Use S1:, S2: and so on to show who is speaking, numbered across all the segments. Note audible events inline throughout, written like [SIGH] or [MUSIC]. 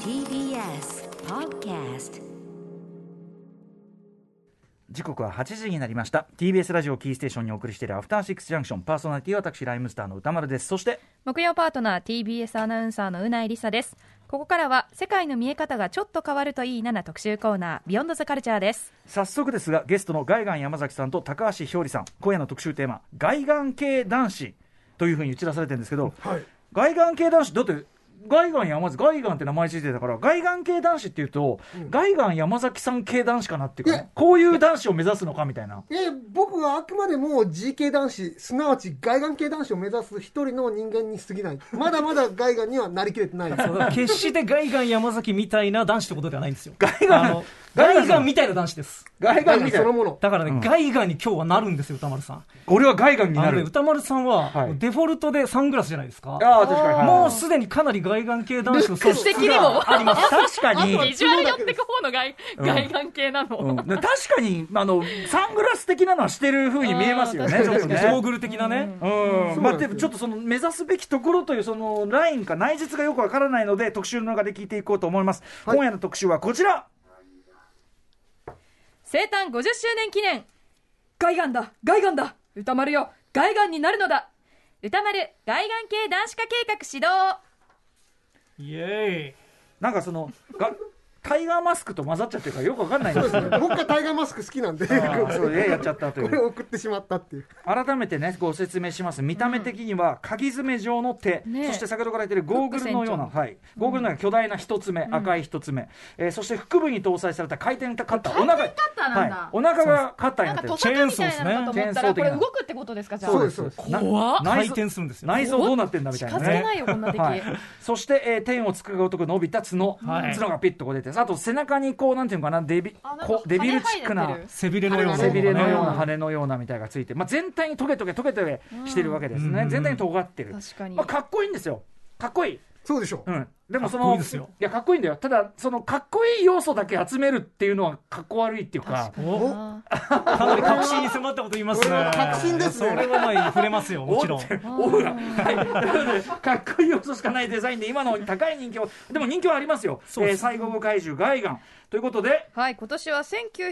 S1: TBS Podcast
S2: 時刻は8時になりました TBS ラジオキーステーションにお送りしているアフターシックスジャンクションパーソナリティは私ライムスターの歌丸ですそして
S3: 木曜パートナー TBS アナウンサーのうないりさですここからは世界の見え方がちょっと変わるといいなな特集コーナービヨンドザカルチャーです
S2: 早速ですがゲストのガイガン山崎さんと高橋ひょうりさん今夜の特集テーマ「外眼系男子」というふうに打ち出されてるんですけど、外眼系男子だって外眼山崎外眼って名前ついてたから外眼系男子っていうと、外眼山崎さん系男子かなっていうか、ね
S4: ね、
S2: こういう男子を目指すのかみたいな。
S4: え僕はあくまでも G 系男子すなわち外眼系男子を目指す一人の人間に過ぎないまだまだ外眼にはなりきれ
S2: [LAUGHS]
S4: てないです
S5: そうだから [LAUGHS] 決してガイガン山崎みたいな男子ってことではないんですよ。
S2: ガイガン
S5: あの
S2: ガイガン
S5: ガイガンみたいな男子です。
S2: 外眼
S4: 外
S2: み
S4: 眼
S2: たい
S4: その
S2: な
S4: もの
S5: だからね、
S2: うん
S5: ガイガンに今日はなるんですよ、歌丸さん。
S2: 俺は外眼にな
S5: あのね、
S2: る。
S5: 歌丸さんは、
S2: はい
S5: デフォルトでサングラスじゃないですか。
S2: ああ、確かに。はい
S5: もうすでにかなり外眼系男子の素質
S3: 的にも
S5: があります。
S2: 確かに。
S3: ビジュアル寄ってく方の外,、
S2: うん
S3: 外眼系なの、
S2: うん、確かにあのサングラス的なのはしてる風に見えますよね、ちょっと
S5: ジ
S2: ね
S5: ョーグル的なね。
S2: うん
S4: そう
S2: ま
S4: な
S2: あ、
S4: んです
S2: で
S4: よ
S2: もちょっとその目指すべきところというそのラインか内実がよくわからないので特集の中で聞いていこうと思います、
S4: はい
S2: 今夜の特集はこちら
S3: 生誕50周年記念外眼だ外眼だ歌丸よ外眼になるのだ歌丸外眼系男子化計画始動
S5: イエ
S2: なんかそのがタイガーマスクと混ざっちゃってるからよくわかんないんですよ
S4: 僕はタイガーマスク好きなんで
S2: あーそうでやっちゃったとい
S4: これ
S2: う
S4: を送ってしまったっていう
S2: 改めてねご説明します見た目的には鍵爪状の手、
S3: ねえ
S2: そして先ほどから言ってるゴーグルのような、
S3: フック船
S2: はい、ゴーグルのような巨大な一つ目、赤い一つ目、えーそして腹部に搭載された回転肩お腹
S3: 肩なんだ
S2: はい、お腹が肩になってる
S5: チェーンソーですね。
S2: 思ったらこれ動
S3: くってことですかじ
S4: そうですそうです
S5: 怖っ回転するんですよ。
S2: 内臓どうなってんだみたいなね
S3: 近づけないよこんな敵
S2: はい、そして、えー天をつくごとく伸びた角、
S5: はい
S2: 角がピッとこう出てあと背中にこうなんていうのかなデビ
S3: あなんか
S2: こうデビルチック
S3: 羽生
S2: な
S3: えてる
S5: 背びれのような。
S2: 背びれのような
S5: ね
S2: 羽のようなみたいがついて、まあ、全体にトゲトゲトゲトゲしてるわけですね、
S5: うん
S2: 全体に尖ってる、
S3: 確かに
S2: まあ、かっこいいんですよかっこいい
S4: そうでしょう、
S2: うん、でもそ
S5: かっこ
S2: の
S5: いいですよ
S2: やかっこいいんだよただそのかっこいい要素だけ集めるっていうのはかっこ悪いっていうか
S5: おかなり確信に迫ったこと言います
S4: これ
S5: ね
S4: は。確信ですね
S5: それはまあ触れますよ、もちろん。
S2: オーラはいということ [LAUGHS] でかっこいい要素しかないデザインで今の高い人気をでも人気はありますよ「
S5: そう
S2: えー
S5: です
S2: 最後部怪獣ガイガン」ということで
S3: はい、今年は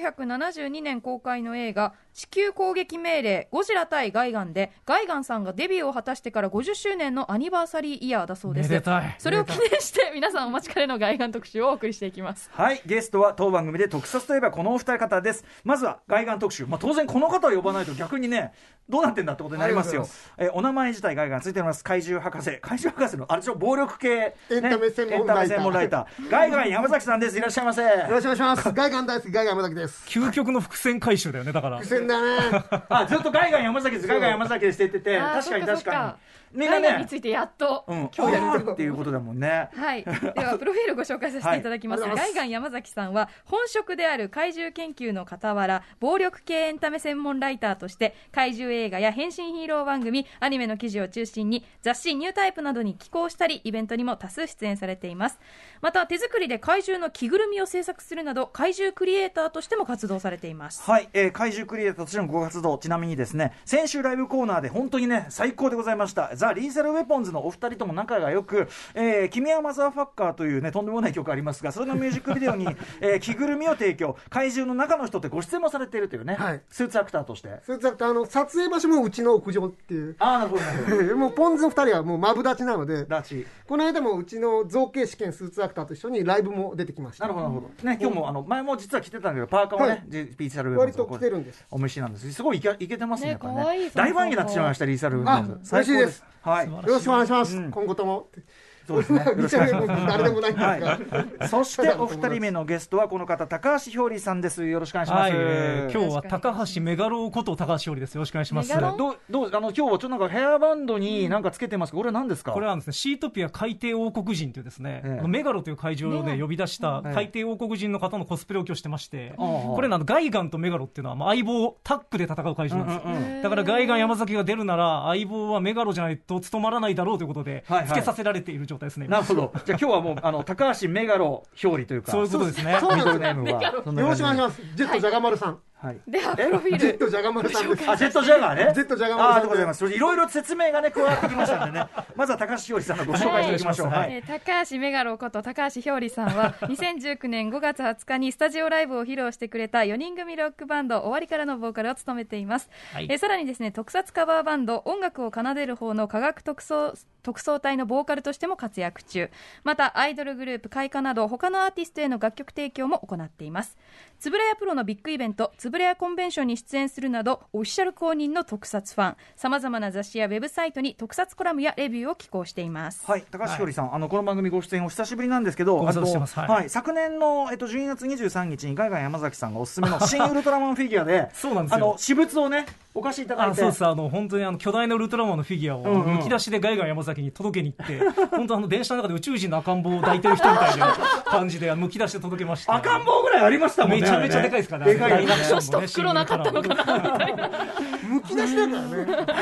S3: 1972年公開の映画「地球攻撃命令ゴジラ対ガイガン」でガイガンさんがデビューを果たしてから50周年のアニバーサリーイヤーだそうで
S5: め
S3: す
S5: でたい。
S3: それを記念して皆さんお待ちかねのガイガン特集をお送りしていきます
S2: はいゲストは当番組で特撮といえばこのお二方ですまずはガイガン特集、まあ、当然この方を呼ばないと逆にねどうなってんだってことになりますよ
S4: ありが
S2: えー
S4: と
S2: お名前自体ガイガンついております怪獣博士怪獣博士のあれでしょ暴力系、
S4: エンタメ専門
S2: エンタメ専門ライターガイガン山崎さんですいらっしゃいませ
S4: よろしくお願いします外眼大好き外眼山崎です
S5: 究極の伏線回収だよね、だから
S4: 苦。戦だね
S2: あずっとガイガン山崎ですガイガン山崎ですって言ってて
S3: あー
S2: 確かに
S3: そっ
S2: 確
S3: か
S2: かにみんな
S3: ガイガンに
S2: ね
S3: ついてやっと、
S2: うん、今日やってるっていうことだもんね。
S3: はい、
S4: [LAUGHS]
S3: ではプロフィールご紹介させていただきます、
S4: はいあり
S3: ガ
S4: がとう
S3: イ
S4: ござ
S3: ガン山崎さんは本職である怪獣研究の傍ら暴力系エンタメ専門ライターとして怪獣映画や変身ヒーロー番組アニメの記事を中心に雑誌「ニュータイプ」などに寄稿したりイベントにも多数出演されていますまた手作りで怪獣の着ぐるみを制作するなど怪獣クリエイターとしても活動されています
S2: はい、えー怪獣クリエイターとしてのご活動、ちなみにですね、先週ライブコーナーで本当にね、最高でございました、ザ・リーサル・ウェポンズのお二人とも仲がよく、えー君はマザーファッカーというね、とんでもない曲ありますが、それのミュージックビデオに、 [LAUGHS] えー着ぐるみを提供、怪獣の中の人ってご出演もされているというね、
S4: はい
S2: スーツアクターとして。
S4: それとあの撮影場所もうちの屋上っていう
S2: ああ、なるほど、なるほど。 [LAUGHS]
S4: もうポンズの2人はもうマブダチなので
S2: ダチ
S4: この間もうちの造形試験スーツアクターと一緒にライブも出てきました
S2: なるほど、なるほど。ね、今日も、あの、前も実は着てたんだけど、パーカーを
S4: は
S2: ね
S4: い、
S2: じリーサル・ウェポン
S4: 割
S2: ズの
S4: と来てるんです
S2: お召しなんです。すごいいけいけてますね、
S3: ね
S2: やっぱ
S3: 可愛いその
S2: 大ファンになってしまいました、リーサル・ウェポンズ。
S4: あ嬉しいです
S2: 最高。はい。
S4: よろしくお願いします、
S2: うん
S4: 今後とも
S2: そうですね。よ
S4: [LAUGHS]
S2: ろしく
S4: 見ち
S2: お
S4: ゃ
S2: 願い
S4: え
S2: します
S4: ば誰でもないんですが、
S2: はい、そしてお二人目のゲストはこの方高橋ひょうりさんですよろしくお願いしま
S5: は
S2: す、
S5: い、えー
S2: 今日
S5: 今日は高橋メガロこと高橋織です。よろしくお願いします。
S3: メガロ
S2: どうどうあの今日はちょっとなんかヘアバンドになんかつけてますけどこれは何ですか
S5: これはですね、シートピア海底王国人というですね、
S2: ええ
S5: あのメガロという会場をね、呼び出した
S2: ええ
S5: 海底王国人の方のコスプレを今日してまして、
S2: ああ
S5: これねあのガイガンとメガロっていうのはまあ相棒、タッグで戦う会場なんですよ。
S2: うんうんうん
S5: だからガイガン山崎が出るなら、相棒はメガロじゃないと務まらないだろうということで
S2: はいはい、
S5: つけさせられている状態ですね。
S2: なるほどじゃあ今日はもうあの高橋メガロひょうりというか
S5: そういうことですね。
S4: そう
S2: ミ
S4: な
S2: ド
S4: ん
S2: ルネ
S4: です
S2: ームは
S4: よろしくお願いしますジェットじゃがまるさん、
S2: はい
S3: ではプロフィー
S4: ジェッ
S3: ル
S4: トジャガマルさんです
S2: あ、ジェットジャガーね。
S4: ジェットジャガー
S2: あ
S4: さ
S2: あ、
S4: ん
S2: でございます。それいろいろ説明がね、加わってきましたんでね。まずは高橋洋一さんのご紹介していきましょう。
S5: はい
S2: はい。
S3: えー高橋メガロこと高橋ひょうりさんは
S5: [LAUGHS]
S3: 2019年5月20日にスタジオライブを披露してくれた4人組ロックバンド終わりからのボーカルを務めています、
S5: はい
S3: えーさらにですね特撮カバーバンド音楽を奏でる方の科学特捜特捜隊のボーカルとしても活躍中またアイドルグループ開花など他のアーティストへの楽曲提供も行っていますつぶらやプロのビッグイベントつぶらやコンベンションに出演するなどオフィシャル公認の特撮ファンさまざまな雑誌やウェブサイトに特撮コラムやレビューを寄稿しています
S2: はい、高橋ひょりさん、あのこの番組ご出演お久しぶりなんですけど、
S5: ご無沙汰してます
S2: あの
S5: はい、
S2: はい昨年のえっと12月23日にガイガン山崎さんがおすすめの新ウルトラマンフィギュアで
S5: そうなんです
S2: あ
S5: よ
S2: の私物をねお貸しいただい
S5: あ
S2: て、
S5: そうですあの本当にあの巨大なウルトラマンのフィギュアを、
S2: んうん
S5: むき出しでガイガン山崎に届けに行って本当あの電車の中で宇宙人の赤ん坊を抱いてる人みたいな感じであのむき出しで届けました
S2: 赤ん坊ぐらいありましたもんね。
S5: めちゃめちゃでかいですからね
S2: でかいよね
S5: 爆笑した袋なかったのかな
S4: むき出しだから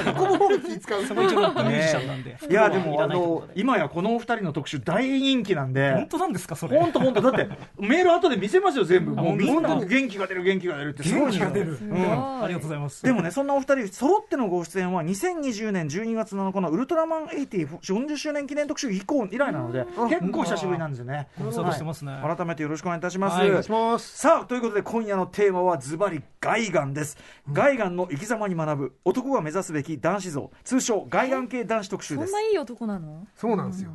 S4: ねここも僕気使う
S5: その一応ロックミュージシャンなんで、
S2: ねいやで
S5: い
S2: も
S5: ら
S2: あ
S5: ないというこ
S2: の
S5: とで
S2: 今やこのお二人の特集大人気なんで
S5: 本。当なんですかそれ
S2: 本当本当だってメール後で見せますよ全部もう
S5: 本当です
S2: 本
S5: か
S2: 当に元気が出る元気が出るってすごいんですよ
S5: 元気が出る
S3: す
S5: す
S3: ごい、
S5: ありがとうございます
S2: でもね、そんなお二人、揃ってのご出演は2020年12月7日のウルトラマン8040周年記念特集以降以来なので、結構久しぶりなんですよね。
S5: ご無沙汰してますね
S2: はい改めてよろしくお願いいたします。
S5: はいお願い
S4: します
S2: さあ、ということで今夜のテーマはズバリガイガンです。ガイガンの生き様に学ぶ男が目指すべき男子像、通称ガイガン系男子特集
S3: そ
S2: で
S3: ん
S2: す
S3: ないい男なの
S4: そうなんですよ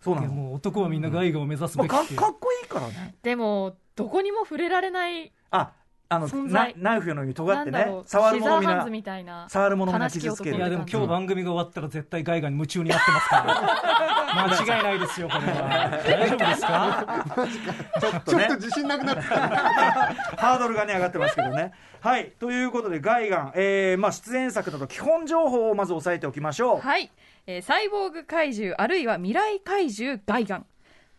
S2: そうないの
S5: や。もう男はみんなガイガンを目指す
S2: まあ
S5: べき
S2: か
S5: っていう
S2: かっこいいからね。
S6: でもどこにも触れられない
S2: あ、あの、
S6: 存
S2: な
S6: 在
S2: ナイフのように尖
S6: な
S2: って
S6: んだ
S2: ね
S6: ろ、うシザ
S2: 触るもの
S6: ー
S2: みん
S6: ハン
S2: な
S6: ズ、みたいな
S2: 触るものみんな
S6: 悲しき
S2: 傷つける
S5: いやでも今日
S6: うん
S5: 番組が終わったら絶対ガイガンに夢中になってますから
S2: [LAUGHS]
S5: 間違いないですよこれは大丈夫ですか
S2: ちょっ
S4: ちょっと自信なくなってきた
S2: ハードルがね上がってますけどね。 [LAUGHS] はいということでガイガン、えーまあ、出演作など基本情報をまず押さえておきましょう。
S3: はい、えーサイボーグ怪獣あるいは未来怪獣ガイガン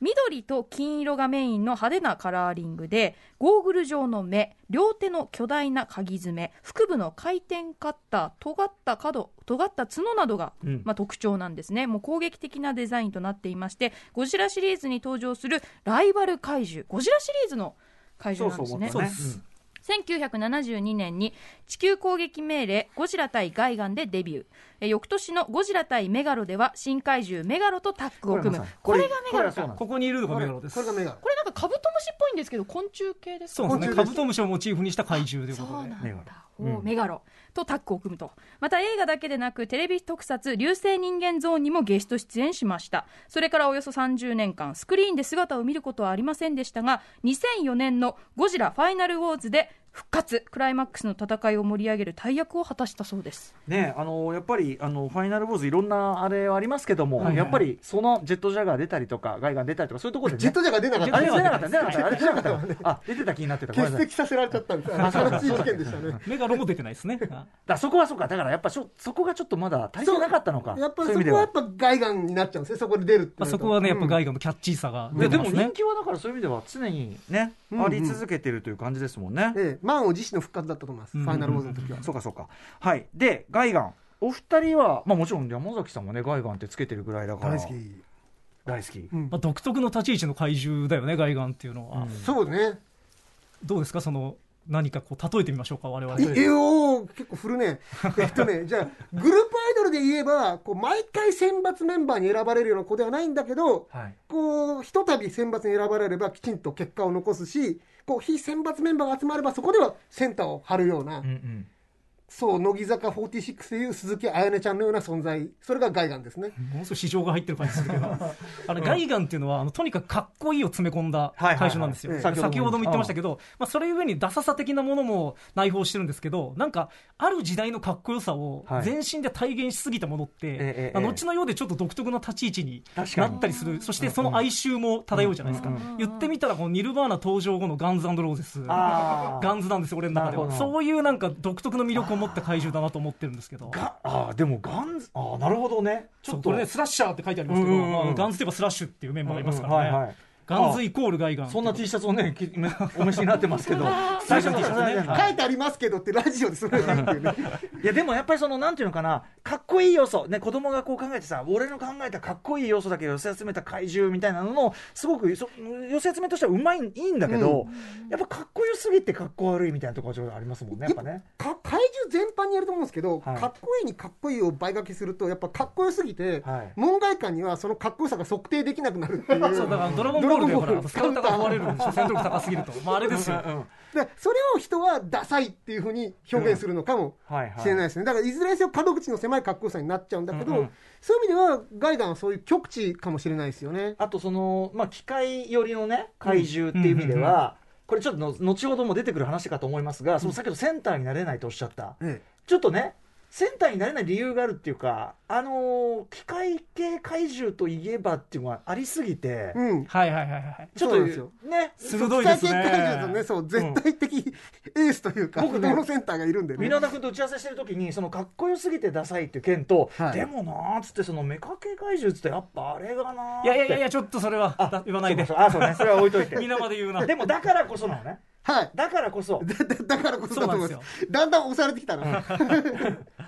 S3: 緑と金色がメインの派手なカラーリングでゴーグル状の目両手の巨大な鍵爪腹部の回転カッター尖った角尖った角などが、
S2: うん
S3: まあ、特徴なんですねもう攻撃的なデザインとなっていましてゴジラシリーズに登場するライバル怪獣ゴジラシリーズの怪
S2: そう
S3: 獣な
S2: そ
S3: ん
S2: う
S3: です
S2: 思っ
S3: ね
S2: たね。
S3: 1972年に地球攻撃命令ゴジラ対ガイガンでデビューえー翌年のゴジラ対メガロでは新怪獣メガロとタッグを
S2: 小
S3: 組
S2: 山
S3: む
S2: さん
S3: これがメ
S2: こ
S3: ガ
S2: れ
S3: ロ
S2: はそう
S3: か
S2: なんです
S5: ここにいるのがメガロです
S4: これがメガロ
S6: これなんかカブトムシっぽいんですけど昆虫系ですか
S5: そうです
S4: 昆虫
S5: ねカ
S4: です
S5: ブトムシをモチーフにした怪獣ということで
S2: メガロ
S3: おーメガロとタッグを組むとまた映画だけでなくテレビ特撮「流星人間ゾーン」にもゲスト出演しましたそれからおよそ30年間スクリーンで姿を見ることはありませんでしたが2004年の「ゴジラファイナルウォーズ」で復活クライマックスの戦いを盛り上げる大役を果たしたそうです
S2: ねあのやっぱりあのファイナルボーズいろんなあれはありますけども、
S5: はいはい
S2: やっぱりそのジェットジャガー出たりとかガイガン出たりとかそういうところで、ね、
S4: ジェットジャガー出なか
S2: あ
S4: っ
S2: れ出なか
S4: た
S2: った出なかったあれ出なかったわあ出てた気になってたごめんな
S4: 欠
S2: さい
S4: 席させられちゃったんです悲しい事件でしたね
S5: メガロも出てないですねあ
S2: だそこはそうかだからやっぱしょそこがちょっとまだ足りてなかったのか
S4: やっぱ
S2: そういう
S4: り
S2: 意味
S4: そ
S2: で
S4: こはやっぱガイガンになっちゃうんですねそこで出るってな
S5: まあ
S4: る
S5: そ
S4: と
S5: こはねやっぱガ
S4: イ
S5: イガンのキャッチーさが
S2: でで
S5: 出てま
S2: も
S5: す
S2: 人
S5: ね
S2: 気はだからそういう意味では常にね、
S4: うんうん
S2: あり続けてるという感じですもんね。
S4: ええ満を持しての復活だったと思います
S5: うん
S4: ファイナルウォーズの時は
S2: そうかそうか。はい。で、ガイガン。お二人は、まあもちろん山崎さんもね、ガイガンってつけてるぐらいだから。
S4: 大好き
S2: 大好き。
S5: まあ独特の立ち位置の怪獣だよねガイガンっていうのは
S4: そうね
S5: どうですかその何かこう例えてみましょうか我々
S4: いえおー結構振るねえっとねじゃあグループアイドルで言えばこう毎回選抜メンバーに選ばれるような子ではないんだけど
S2: はい。
S4: こうひとたび選抜に選ばれればきちんと結果を残すしこう非選抜メンバーが集まればそこではセンターを張るような、
S2: うんうん。
S4: そう乃木坂46という鈴木彩音ちゃんのような存在それがガイガンですね
S5: ものすごい市場が入ってる感じするけ
S2: [LAUGHS]
S5: どあのガイガンっていうのはあのとにかくかっこいいを詰め込んだ
S2: はいはいはい
S5: 怪獣なんですよ、
S4: ええ
S5: 先ほども先ほども言ってましたけど、まあ、それゆえにダサさ的なものも内包してるんですけどなんかある時代のかっこよさを
S2: はい
S5: 全身で体現しすぎたものって、
S2: ええ
S5: まあ後のようでちょっと独特な立ち位置に
S2: 確か
S5: な
S2: に
S5: ったりするそしてその哀愁も漂うじゃないですか、
S2: うんうんう
S5: 言ってみたらこのニルバーナ登場後のガンズローゼス
S2: あー
S5: ガンズなんですよ俺の中で
S2: な
S5: は
S2: るほど
S5: そういうなんか独特の魅力を持った怪獣だなと思ってるんですけど
S2: があーでもガンズ、ああ、なるほどね。ちょ
S5: そう
S2: っ。
S5: ことれねスラッシャーって書いてありますけど、
S2: うんうんうん
S5: まあガンズといえばスラッシュっていうメンバーがいますからね、
S2: うんうんはいはい
S5: ガンズイコールガイガン
S2: そんな T シャツをねきお召しになってますけど [LAUGHS] 最初の T シャツね
S4: 書いてありますけどってラジオでそれを言うっていうね
S2: いやでもやっぱりそのなんていうのかなかっこいい要素ね子供がこう考えてさ俺の考えたかっこいい要素だけ寄せ集めた怪獣みたいなののすごくそ寄せ集めとしてはうまいいいんだけど、やっぱかっこよすぎてかっこ悪いみたいなところちょっとありますもんねやっぱね
S4: か怪獣全般にやると思うんですけど、
S2: はい
S4: かっこいいにかっこいいを倍書きするとやっぱかっこよすぎて、
S2: はい
S4: 門外観にはそのかっこよさが測定できなくなるっていう
S5: そうだからドラゴンボ
S4: ド
S5: ールでほ
S4: ラゴンボー
S5: ら
S4: ル
S5: スカウターが壊れる
S2: [LAUGHS]
S5: んでしょ戦闘力高すぎるとまああれですよ
S4: でそれを人はダサいっていうふうに表現するのかも
S2: はいはい
S4: しれないですね、だからいずれにせよ角口の狭いかっこよさになっちゃうんだけど、
S2: うんうん
S4: そういう意味ではガイダンはそういう極地かもしれないですよね
S2: あとその、まあ、機械寄りのね怪獣っていう意味では、これちょっとの後ほども出てくる話かと思いますがその先ほどセンターになれないとおっしゃった、
S4: え
S2: ちょっとねセンターになれない理由があるっていうかあのー機械系怪獣といえばっていうのがありすぎて、
S4: うん
S5: はいはいはいはい
S2: ちょっ
S4: そ
S2: と
S4: うなんですよ
S2: ね
S5: 鋭いですね
S4: そう機械系怪獣とねそう絶対的エースというか、
S2: 僕ね
S4: 不動のセンターがいるんでね
S2: 箕田君と打ち合わせしてる時にそのかっこよすぎてダサいっていう件と、
S4: はい
S2: でもなーっつってそのメカ系怪獣っつってやっぱあれがなーっ
S5: い
S2: て
S5: やいやいやいやちょっとそれはだ言わないで
S2: そうかそうあそうねそれは置いといて
S5: 皆まで言うな
S2: でもだからこそなのね
S4: はい
S2: だからこそ
S4: だだ [LAUGHS] だからこそだと思い
S5: そ
S4: ま
S5: うなんです
S4: だんだん押されてきたな、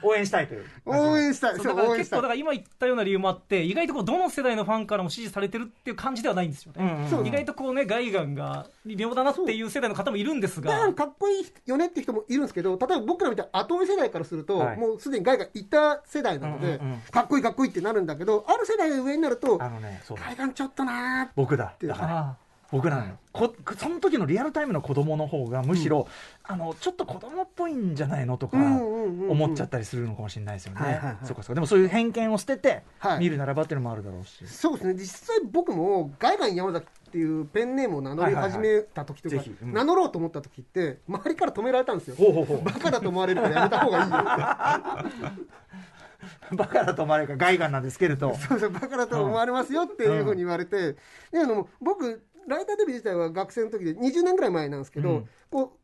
S2: 応援したいと
S4: [LAUGHS]
S2: いう
S4: 応援したい
S5: そう
S4: そ
S5: だ
S4: う
S5: から
S4: 応援
S5: 結
S4: したい
S5: 構だから今言ったような理由もあって意外とこうどの世代のファンからも支持されてるっていう感じではないんですよね、
S2: うんうん
S4: そう
S5: 意外とこうねガイガンが微妙だなっていう世代の方もいるんです
S4: だか
S5: が
S4: らかっこいいよねって人もいるんですけど例えば僕らみたいな後追い世代からすると、
S2: はい
S4: もうすでにガイがいた世代なので、
S2: うんうんうん
S4: かっこいいかっこいいってなるんだけどある世代が上になると
S2: あのねそう
S4: ガイガンちょっとなーって
S2: 僕だだから
S5: あ
S2: 僕なのよこその時のリアルタイムの子供の方がむしろ、あのちょっと子供っぽいんじゃないのとか
S4: うんうんうんうん
S2: 思っちゃったりするのかもしれないですよ
S4: はい
S2: ね
S4: はいはい
S2: そうかそうかでもそういう偏見を捨てて
S4: はい
S2: 見るならばっていうのもあるだろうし、
S4: そうですね実際僕もガイガン山崎っていうペンネームを名乗り始めた時とか、
S2: はいはいはいぜひうん
S4: 名乗ろうと思った時って周りから止められたんですよ
S2: ほうほうほう
S4: バカだと思われるからやめた方がいいよ
S2: [LAUGHS]
S4: って
S2: バカだと思われるから外眼なんですけれど。
S4: そうそうバカだと思われますよっていうふうに言われて、であの僕ライターデビュー自体は学生の時で20年ぐらい前なんですけど、
S2: うん
S4: こう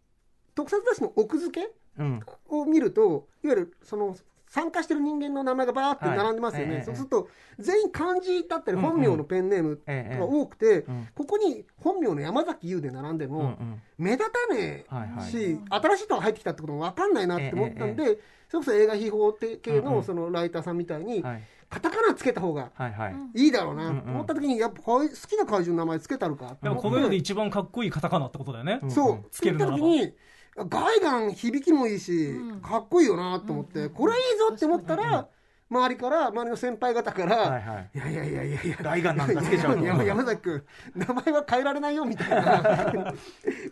S4: 特撮雑誌の奥付け
S2: うん。
S4: を見るといわゆるその参加してる人間の名前がバーって並んでますよね、
S2: はい
S4: そうすると全員漢字だったり
S2: うんうん
S4: 本名のペンネーム
S2: ええええ
S4: が多くて、
S2: うん
S4: ここに本名の山崎優で並んでも、
S2: うんうん。
S4: 目立たね
S2: はい
S4: え
S2: はい。
S4: し、新しい人が入ってきたってことも分かんないなって思ったんで、
S2: え
S4: それこそ映画秘宝系
S2: うんう
S4: の
S2: ん
S4: そのライターさんみたいに、
S2: はい
S4: カタカナつけた方が
S2: はいはい。
S4: いいだろう
S2: う
S4: なん
S2: うん
S4: と思った時にやっぱかわい好きな怪獣の名前つけたのか
S5: あでもこの世で一番かっこいいカタカナってことだよね、
S2: ん
S4: そう
S5: つ
S4: つけ
S5: け
S4: た
S5: るならば
S4: 時にガイガン響きもいいし、
S6: うん
S4: かっこいいよなと思って、
S6: うんうん
S4: これいいぞって思ったら、周りから周りの先輩方から、
S2: はいはい。
S4: いやいやいやいやいや
S2: 外眼なんかつけちゃうと。
S4: 山山崎君名前は変えられないよみたいな [LAUGHS]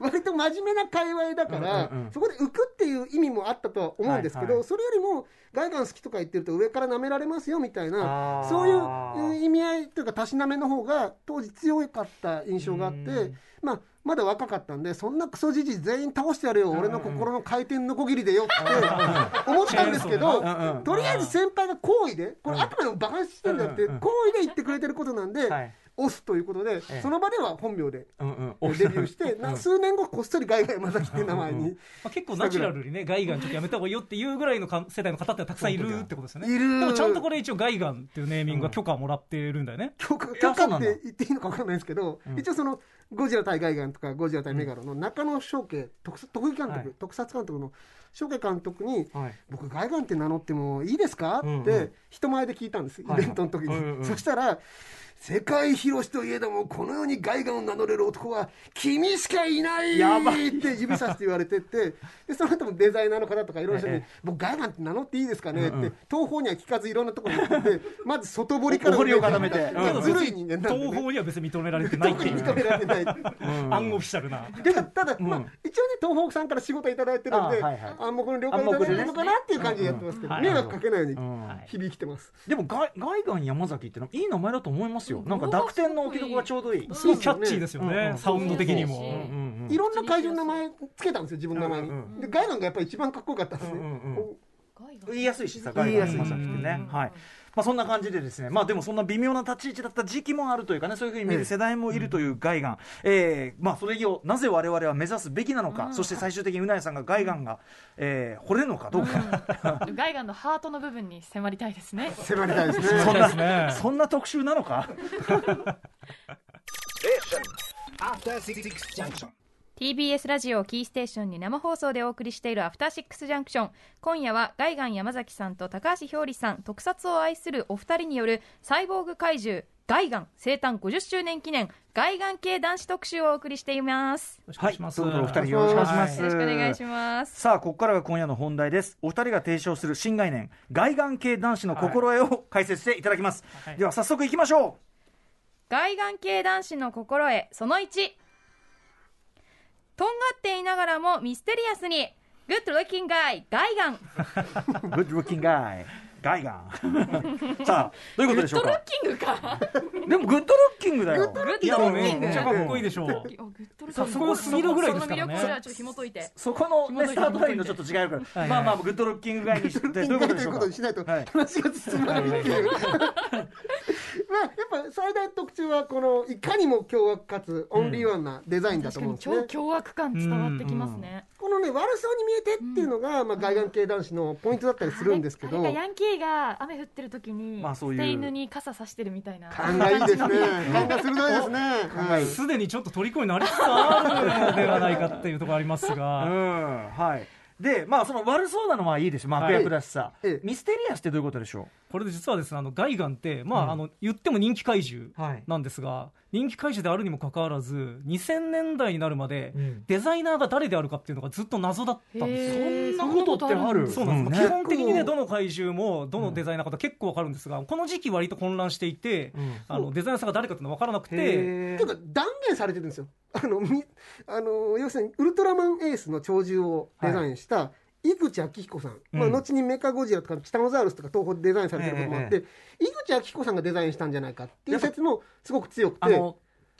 S4: 割と真面目な界隈だから、
S2: うんうんうん
S4: そこで浮くっていう意味もあったとは思うんですけど、
S2: はいはい
S4: それよりもガイガン好きとか言ってると上から舐められますよみたい
S2: あ
S4: な
S2: ー
S4: そういううん意味合いというかたしなめの方が当時強かった印象があっ
S2: う
S4: て
S2: ん。
S4: まあまだ若かったんでそんなクソじじい全員倒してやるよ俺の心の回転のこぎりでよって思ったんですけど
S2: チェーンソーでなうんうん
S4: とりあえず先輩が好意でこれあくまでもバカにしてるんだって
S2: うんうんうん
S4: 好意で言ってくれてることなんで、
S2: はい。
S4: 押すということで、
S2: ええ
S4: その場では本名で
S2: うんうん。
S4: デビューして、な数年後こっそりガイガイ山崎って名前に
S5: まあ、結構ナチュラルにねガイガンちょっとやめた方がいいよっていうぐらいのか世代の方ってたくさんいるってことですよね
S4: いる
S5: でもちゃんとこれ一応ガイガンっていうネーミングは許可もらってるんだよね、
S4: 許可
S2: や
S4: 許
S2: そ
S4: 可
S2: うな
S4: っ
S2: んだ
S4: て言っていいのか分からないんですけど、一応そのゴジラ対ガイガンとかゴジラ対メガロの中野翔慶特撮特技監督、
S2: はい
S4: 特撮監督の翔慶監督に、
S2: はい。
S4: 僕ガイガンって名乗ってもいいですか?」
S2: うん
S4: っ
S2: う
S4: て
S2: ん
S4: 人前で聞いたんです、
S2: はいはい
S4: イベントの時に、
S2: うんうん
S4: そしたら「世界広しといえどもこの世にガイガンを名乗れる男は君しかいない!」
S2: やば
S4: って指さして言われてってでその後もデザイナーの方とかいろんな人に
S2: え
S4: 「
S2: え
S4: 僕ガイガンって名乗っていいですかね?」って、
S2: うんうん
S4: 東方には聞かずいろんなところに行ってまず外堀から
S2: お堀を固めて
S4: いや
S2: うんうん
S4: ずるい人間なんで、
S5: 東
S4: ね、
S5: 方には別に認められてないって
S4: 特
S5: い
S4: に
S5: う
S4: 認めら
S2: [LAUGHS]
S4: れてない。
S5: アンオフィシャルな
S4: でただ、ま
S2: う
S4: あ
S2: ん
S4: 一応ね東北さんから仕事いただいてるんで
S2: あはいはい
S4: 暗黙の了解いただいてるのかなっていう感じでやってますけど、
S5: 暗
S4: 迷
S5: 黙でね
S4: 惑かけないように
S2: うん
S5: はい
S4: 響いてます、
S2: でも外外眼山崎ってのはいい名前だと思いますよ。なんか濁点の置きどこがちょうどいい。
S5: すごいキャッチーですよね、
S2: うんうん
S5: サウンド的にも、
S6: そうそううん
S2: うんうん。
S4: いろんな会場の名前つけたんですよ自分の名前に、
S2: うん
S4: でガイガンがやっぱり一番かっこよかったんですね、
S2: うんうんうん
S4: こ
S2: 言いやすいしさ、
S4: 言いやすい
S2: 山崎ってね。はい。まあそんな感じでですね、まあでもそんな微妙な立ち位置だった時期もあるというかね、そういうふうに見
S4: ええ
S2: る世代もいるというガイガン。えーまあそれをなぜ我々は目指すべきなのか、そして最終的にうなやさんがガイガンが、えー惚れるのかどうか。
S6: ガイガンのハートの部分に迫りたいですね
S4: う迫りたいですね
S5: そうですね
S2: そんな特集なのか
S7: It's After Six Junction.
S3: TBS ラジオをキーステーションに生放送でお送りしているアフターシックスジャンクション今夜はガイガン山崎さんと高橋ひょうりさん特撮を愛するお二人によるサイボーグ怪獣ガイガン生誕50周年記念ガイガン系男子特集をお送りしています
S5: ろしくお
S2: はい
S5: 願いしま
S2: と
S5: す。
S2: いうことでお二人よろしくお願いします、
S3: よろしくお願いします
S2: さあここからが今夜の本題ですお二人が提唱する新概念外眼系男子の心得を解説していただきます、
S5: はい
S2: では早速いきましょ
S3: 外眼系男子の心得その1とんがっていながらもミステリアスにグッドルッキングガイガイガン
S2: う Good looking guy 外眼さあどういうことでしょうか
S6: キングか。
S2: でもグッドルッキングだよ
S3: ッ
S5: いや
S3: ド
S5: も
S3: ル
S5: う
S3: ッキン
S5: め
S3: グ
S5: っちゃかっこいいでしょう。
S6: おグッドル
S5: さすがスピードぐらいですからね
S6: その魅力をじゃあちょっと紐解いて。
S2: そこの、ね、ス
S5: 紐解いて
S2: タートラインのちょっと違いあるから、
S5: はい
S2: まあまあグッドルッキングガイにしてどういうことでしょう
S4: と
S2: か
S4: にしないと
S2: はい
S4: 話が進まないっていう、 [LAUGHS] まあやっぱ最大の特徴はこのいかにも凶悪かつオンリーワンなデザインだ
S6: 確
S4: と
S6: か
S4: 思うん
S6: に
S4: ですね、
S6: 超凶悪感伝わってきますね。
S4: このね悪そうに見えてっていうのが、まあ、外眼系男子のポイントだったりするんですけど
S6: あれかヤンキーが雨降ってる時に、
S2: まあそういう
S6: 捨て犬に傘さしてるみたいな。
S4: 勘がいいですね勘が鋭いですね、はい、
S5: すでにちょっと虜になりつつあるのではないかっていうところあります
S2: う
S5: [LAUGHS] が、
S2: んはいでまあその悪そうなのはいいでしょまあ悪
S5: はい
S2: 役だしさ、
S4: ええ
S2: ミステリアスってどういうことでしょ
S5: これで実はですね、あのガイガンって、ま
S2: うん
S5: あ、あの言っても人気怪獣
S2: うはい
S5: なんですが、人気怪獣であるにもかかわらず、2000年代になるまで
S2: うん、
S5: デザイナーが誰であるかっていうのがずっと謎だったんですよ。
S6: へー
S2: そんなことってある
S5: そうなんです、
S2: うんね
S5: 基本的にね、どの怪獣も、どのデザイナーか結構わかるんですが、この時期、割と混乱していて、
S2: うん
S5: あのデザイナーさんが誰かっていうの分からなくて、
S2: へ
S4: というか断言されてるんですよあのみあの要するにウルトラマンエースの鳥獣をデザインした、井口昭彦さん、まあ、
S2: うん
S4: 後にメカゴジラとかティタノザウルスとか東宝でデザインされてることもあって、
S2: え
S4: 井口昭彦さんがデザインしたんじゃないかっていう説もすごく強く
S2: あ
S4: て
S2: の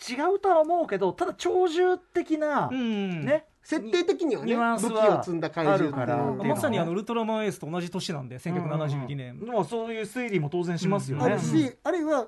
S2: 違うとは思うけどただ鳥獣的な、
S5: うん
S2: ね
S4: 設定的にはね
S2: ニュアンス
S4: 武器
S2: は
S4: を積んだ怪獣ってい
S2: あるから
S4: う
S2: っていうのは
S5: まさにあのウルトラマンエースと同じ年なんで、1972
S2: う
S5: 年。
S2: んうんうんでもそういう推理も当然しますよね、
S4: ある
S5: うん
S4: し、あるいは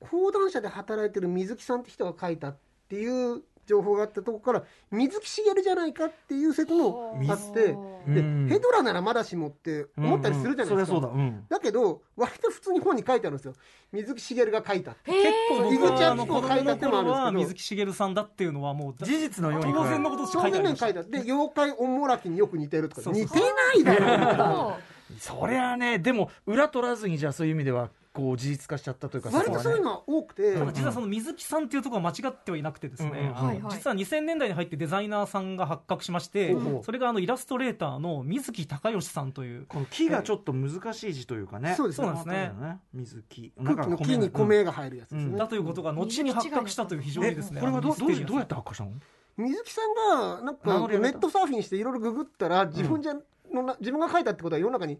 S4: 講談社で働いてる水木さんって人が書いたっていう情報があったとこから水木しげるじゃないかっていう説もあって
S2: うん
S4: で、
S2: うん
S4: ヘドラならまだしもって思ったりするじゃないですか、
S2: うんうんそりゃそうだ、うん
S4: だけど割と普通に本に書いてあるんですよ水木しげるが書いたって
S5: 結構僕
S4: 井口
S5: はあの
S4: 晃子
S5: 子
S4: が書
S5: 供
S4: いた
S5: の
S4: ってのもあ
S5: 頃は
S4: るんですけど
S5: 水木しげるさんだっていうのはもうだ
S2: 事実のように
S5: 当然のことしか書いて
S4: 正
S5: ありま
S4: 面
S5: した
S4: 書いてあるで妖怪おもらきによく似てるとか
S5: そうそう
S4: 似てないだろみたいな
S6: そ
S2: そりゃあねでも裏取らずにじゃあそういう意味ではこう事実化しちゃったというか
S4: 割と
S2: こはね
S4: そういうのは多くて、
S5: ただ実はその水木さんっていうところは間違ってはいなくてですね、
S2: うんうん
S5: あの
S6: はいはい
S5: 実は2000年代に入ってデザイナーさんが発覚しまして、
S2: ほうほう
S5: それがあのイラストレーターの水木隆義さんという、
S2: この木がちょっと難しい字というかね、
S4: そうですね
S2: この辺りのね水木
S4: 空気の木に米が入るやつです
S2: うん
S4: ね
S5: だということが後に発覚したという非常に
S2: え
S5: ですね、
S2: これはどうどうどうやってて発火したの
S4: 水木さんがなん
S2: 名
S4: か
S2: 乗り上
S4: ネ
S2: げた
S4: ットサーフィンしていろいろググったら自分じゃ、のな自分が書いたってことは世の中に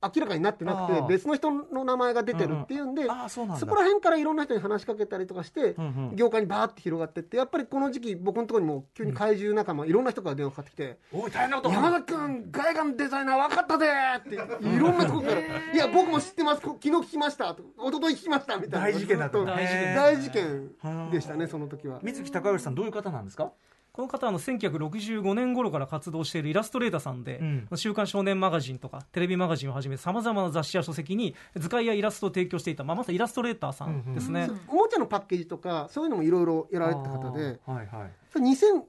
S4: 明らかになってなく
S2: あ
S4: て
S2: あ
S4: 別の人の名前が出てるっていうんで、
S2: ああそうなんだ
S4: そこら辺からいろんな人に話しかけたりとかして、
S2: うんうん
S4: 業界にバーって広がってってやっぱりこの時期僕のところにも急に怪獣仲間、いろんな人から電話かかってきて
S2: おい大変な
S4: 「
S2: こと
S4: 山崎君外観デザイナー分かったぜ!」っていろんなとこから「いや僕も知ってますこ昨日聞きました」と「一昨日聞きました」みたいな
S2: 大事件だったんだ
S4: ずっと
S2: ね
S4: 大事件でしたねその時は。
S2: 水木孝義さんどういう方なんですか
S5: この方はあの1965年頃から活動しているイラストレーターさんで、
S2: うん
S5: 週刊少年マガジンとかテレビマガジンをはじめさまざまな雑誌や書籍に図解やイラストを提供していた、まあ、まさにイラストレーターさんですね、
S4: おもちゃのパッケージとかそういうのもいろいろやられてた方で
S2: あーはいはい
S4: それ2009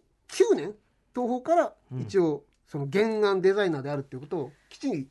S4: 年東宝から一応その原案デザイナーであるっていうことをきちんと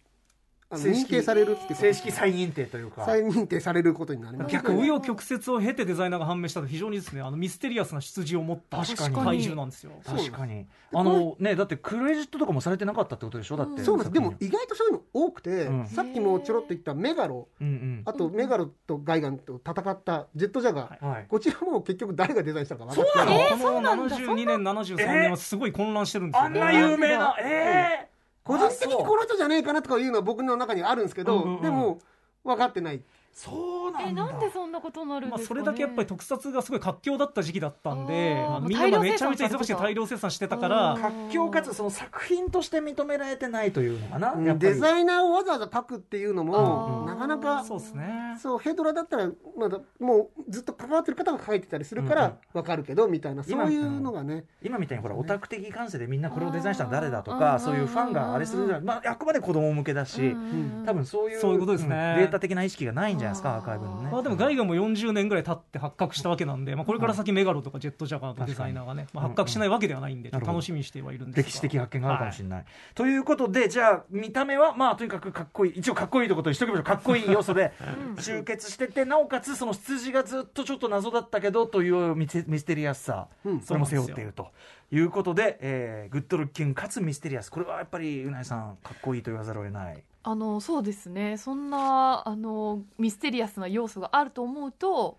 S2: 正
S4: 認
S2: 式
S4: 定されるっていうこと
S2: 正式再認定というか
S4: 再認定されることになります
S5: 逆紆余曲折を経てデザイナーが判明したと非常にですねあのミステリアスな出自を持った
S2: 確かに
S5: 怪獣なんですよ。
S4: そうなんで
S2: 確
S4: す
S2: かにあのねだってクレジットとかもされてなかったってことでしょだって
S4: そうなんですでも
S2: 作
S4: 意外とそういうの多くて、
S2: うん
S4: さっきもちょろっと言ったメガロ
S2: 品うん
S4: あとメガロとガイガンと戦ったジェットジャガー、
S2: うんはい
S4: こちらも結局誰がデザインしたのか分かって
S5: こ
S4: ない
S5: の72年、73年はすごい混乱してるんです
S2: あ
S5: よ
S2: ん
S5: ね。
S2: な有名なえ
S4: 個人的に
S2: あそう
S4: この人じゃねえかなとかいうのは僕の中にあるんですけど、
S2: うんうんうん
S4: でも分かってない
S2: ーそう
S6: う。
S2: な
S6: え、
S2: んだ
S6: なんでそんなことになるん
S5: まあ、
S6: です
S5: そ
S6: か
S5: れ
S6: ね。
S5: だけやっぱり特撮がすごい活況だった時期だったんで、
S6: あー
S5: あ
S6: も
S5: の
S6: う
S5: みんながめちゃめちゃ忙しくて大量生産してたか
S6: 大量生
S5: ら、
S6: 産されて
S2: 活況かつその作品として認められてないというのかな
S4: うん
S2: やっぱり
S4: デザイナーをわざわざ書くっていうのも
S6: あー
S4: なかなか
S5: そうですね。
S4: そうヘドラだったらまだもうずっと関わってる方が書いてたりするか
S2: うんう
S4: ら分かるけどみたいな
S2: 今
S4: そういうのがね
S2: 今みたいにほらオタク的感性でみんなこれをデザインしたの誰だと
S6: あ
S2: か
S6: ー
S2: そういうファンがあれするじゃないまああくまで子供向けだし
S6: うんうんうん
S2: 多分そういう
S5: そういうことですね
S2: んデータ的な意識がないんんじゃないですかアーカイブのね
S5: まあ、でもガイガも40年ぐらい経って発覚したわけなんで、まあ、これから先メガロとかジェットジャガーのデザイナーがね、まあ、発覚しないわけではないんで、
S2: うんうん
S5: ちょっと楽しみにしてはいるんですが
S2: 歴史的発見があるかもしれない、ということでじゃあ見た目はまあとにかくかっこいい一応かっこいいということにしときましょうかっこいい要素で集結しててなおかつその羊がずっとちょっと謎だったけどというミスミステリアスさ、
S4: う
S2: [LAUGHS]
S4: ん
S2: それも背負っているということで、えーグッドルッキングかつミステリアスこれはやっぱりうないさんかっこいいと言わざるを得ない。
S6: あのそうですねそんなあのミステリアスな要素があると思うと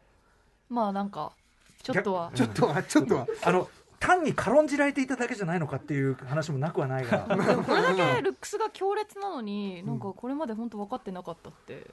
S6: まあなんかちょっとは
S4: ちょっとはちょっとは
S2: [LAUGHS] あの単に軽んじられていただけじゃないのかっていう話もなくはない [LAUGHS] が
S6: でもこれだけルックスが強烈なのになんかこれまで本当分かってなかったって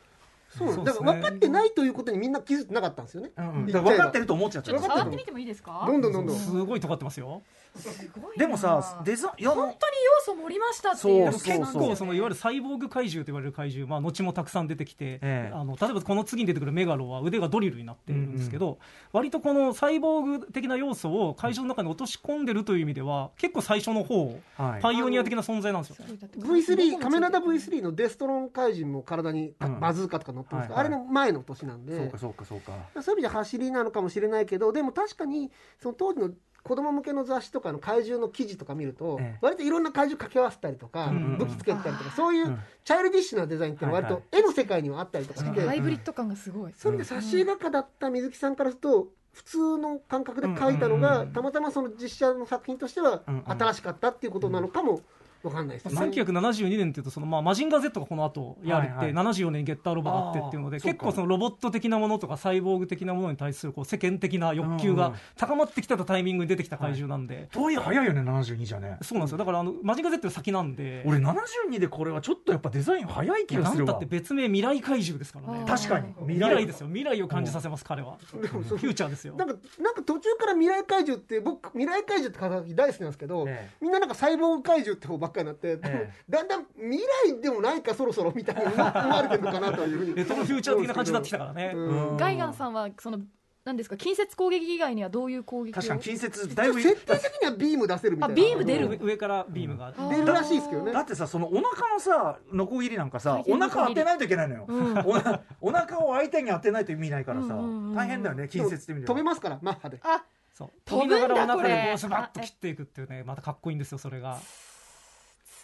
S4: そう
S5: そう
S4: だか
S5: です
S4: ら
S5: ね
S4: 分かってないということにみんな気づいてなかったんですよね
S2: うん、だから分かってると思っちゃって
S6: ちょ
S2: る
S6: っと触ってみてもいいですか
S4: どんどんどんどん
S5: すごい尖ってますよ
S6: すごい
S2: で
S6: な
S2: もさデザインいや
S6: 本当に要素盛りましたっていう
S2: そう
S5: 結
S2: そう
S5: 構そのいわゆるサイボーグ怪獣と言われる怪獣、まあ、後もたくさん出てきて、
S2: ええ
S5: あの例えばこの次に出てくるメガロは腕がドリルになっているんですけど、割とこのサイボーグ的な要素を怪獣の中に落とし込んでるという意味では結構最初の方
S2: はい
S5: パイオニア的な存在なんですよ、
S4: V3 カメラダ V3 のデストロン怪人も体にか
S2: うん
S4: バズーカとか乗ってますけど
S2: は
S4: あ
S2: いは
S4: れ
S2: い
S4: の前の年な
S2: そ
S4: ん
S2: う
S4: で
S2: かそうかそうか
S4: そういう意味で走りなのかもしれないけどでも確かにその当時の子供向けの雑誌とかの怪獣の記事とか見ると
S2: ええ
S4: 割といろんな怪獣掛け合わせたりとか
S5: うんうんうん
S4: 武器つけたりとかそうい
S2: うん
S4: うチャイルディッシュなデザインっていうのは割
S2: は
S4: と絵の世界にはあったりとかして
S2: うん
S6: ハイブリッド感がすごい
S4: そういう意味で挿絵画家だった水木さんからすると普通の感覚で描いたの
S2: うんうんう
S4: が
S2: んうん
S4: たまたまその実写の作品としては
S2: うんうん
S4: 新しかったっていうことなのかもわかんないですね。
S5: 1972年っていうとその、まあ、マジンガー Z がこの後やるって、
S2: はいは
S5: 74年にゲッターロボがあってっていうの
S2: あ
S5: で
S2: ーそう
S5: 結
S2: か
S5: 構そのロボット的なものとかサイボーグ的なものに対するこう世間的な欲求
S2: うん
S5: が
S2: うん
S5: 高まってきたタイミングに出てきた怪獣なんで、
S2: 遠い早いよね72じゃね
S5: そうなんですよだからあのマジンガー Z が先なんで
S2: 俺72でこれはちょっとやっぱデザイン早い気が
S5: な
S2: す
S5: ん
S2: る
S5: た
S2: わ
S5: って別名未来怪獣ですからね
S6: あー
S2: 確かに
S5: 未来ですよ未来を感じさせます彼はフ
S4: でもそう
S5: ューチャーですよ
S4: なんかなんか途中から未来怪獣って僕未来怪獣って肩書き大好きなんですけど、
S2: え
S4: みんななんかサイボーグ怪獣って方ばっかりになって、でも
S2: え
S4: [LAUGHS] だんだん未来でもないかそろそろみたいに思われてるのかなというふうに
S5: レトロフューチャー的な感じになってきたからね
S4: うん
S6: ガイガンさんはその何ですか近接攻撃以外にはどういう攻撃を
S2: 確かに近接だいぶ
S4: 設定的にはビーム出せるみたいな
S6: あビーム出る
S5: 上上からビームが
S6: あー
S4: 出るらしいですけどね
S2: だってさそのお腹のさノコギリなんかさ
S6: 回
S2: お
S6: 転の
S2: 腹当てないといけないのよ、
S6: うん
S2: おなお腹を相手に当てないと意味ないからさ、
S6: うんうんうん
S2: 大変だよね近接って意味で
S4: 飛べ
S2: は
S4: ますからマッハで
S6: あ
S5: そう
S6: 飛ぶ
S5: 飛
S6: ん
S5: び
S6: だ
S5: ながらお
S6: こ
S5: 腹
S6: れ
S5: でこうスバッと切っていくっていうねまたかっこいいんですよそれが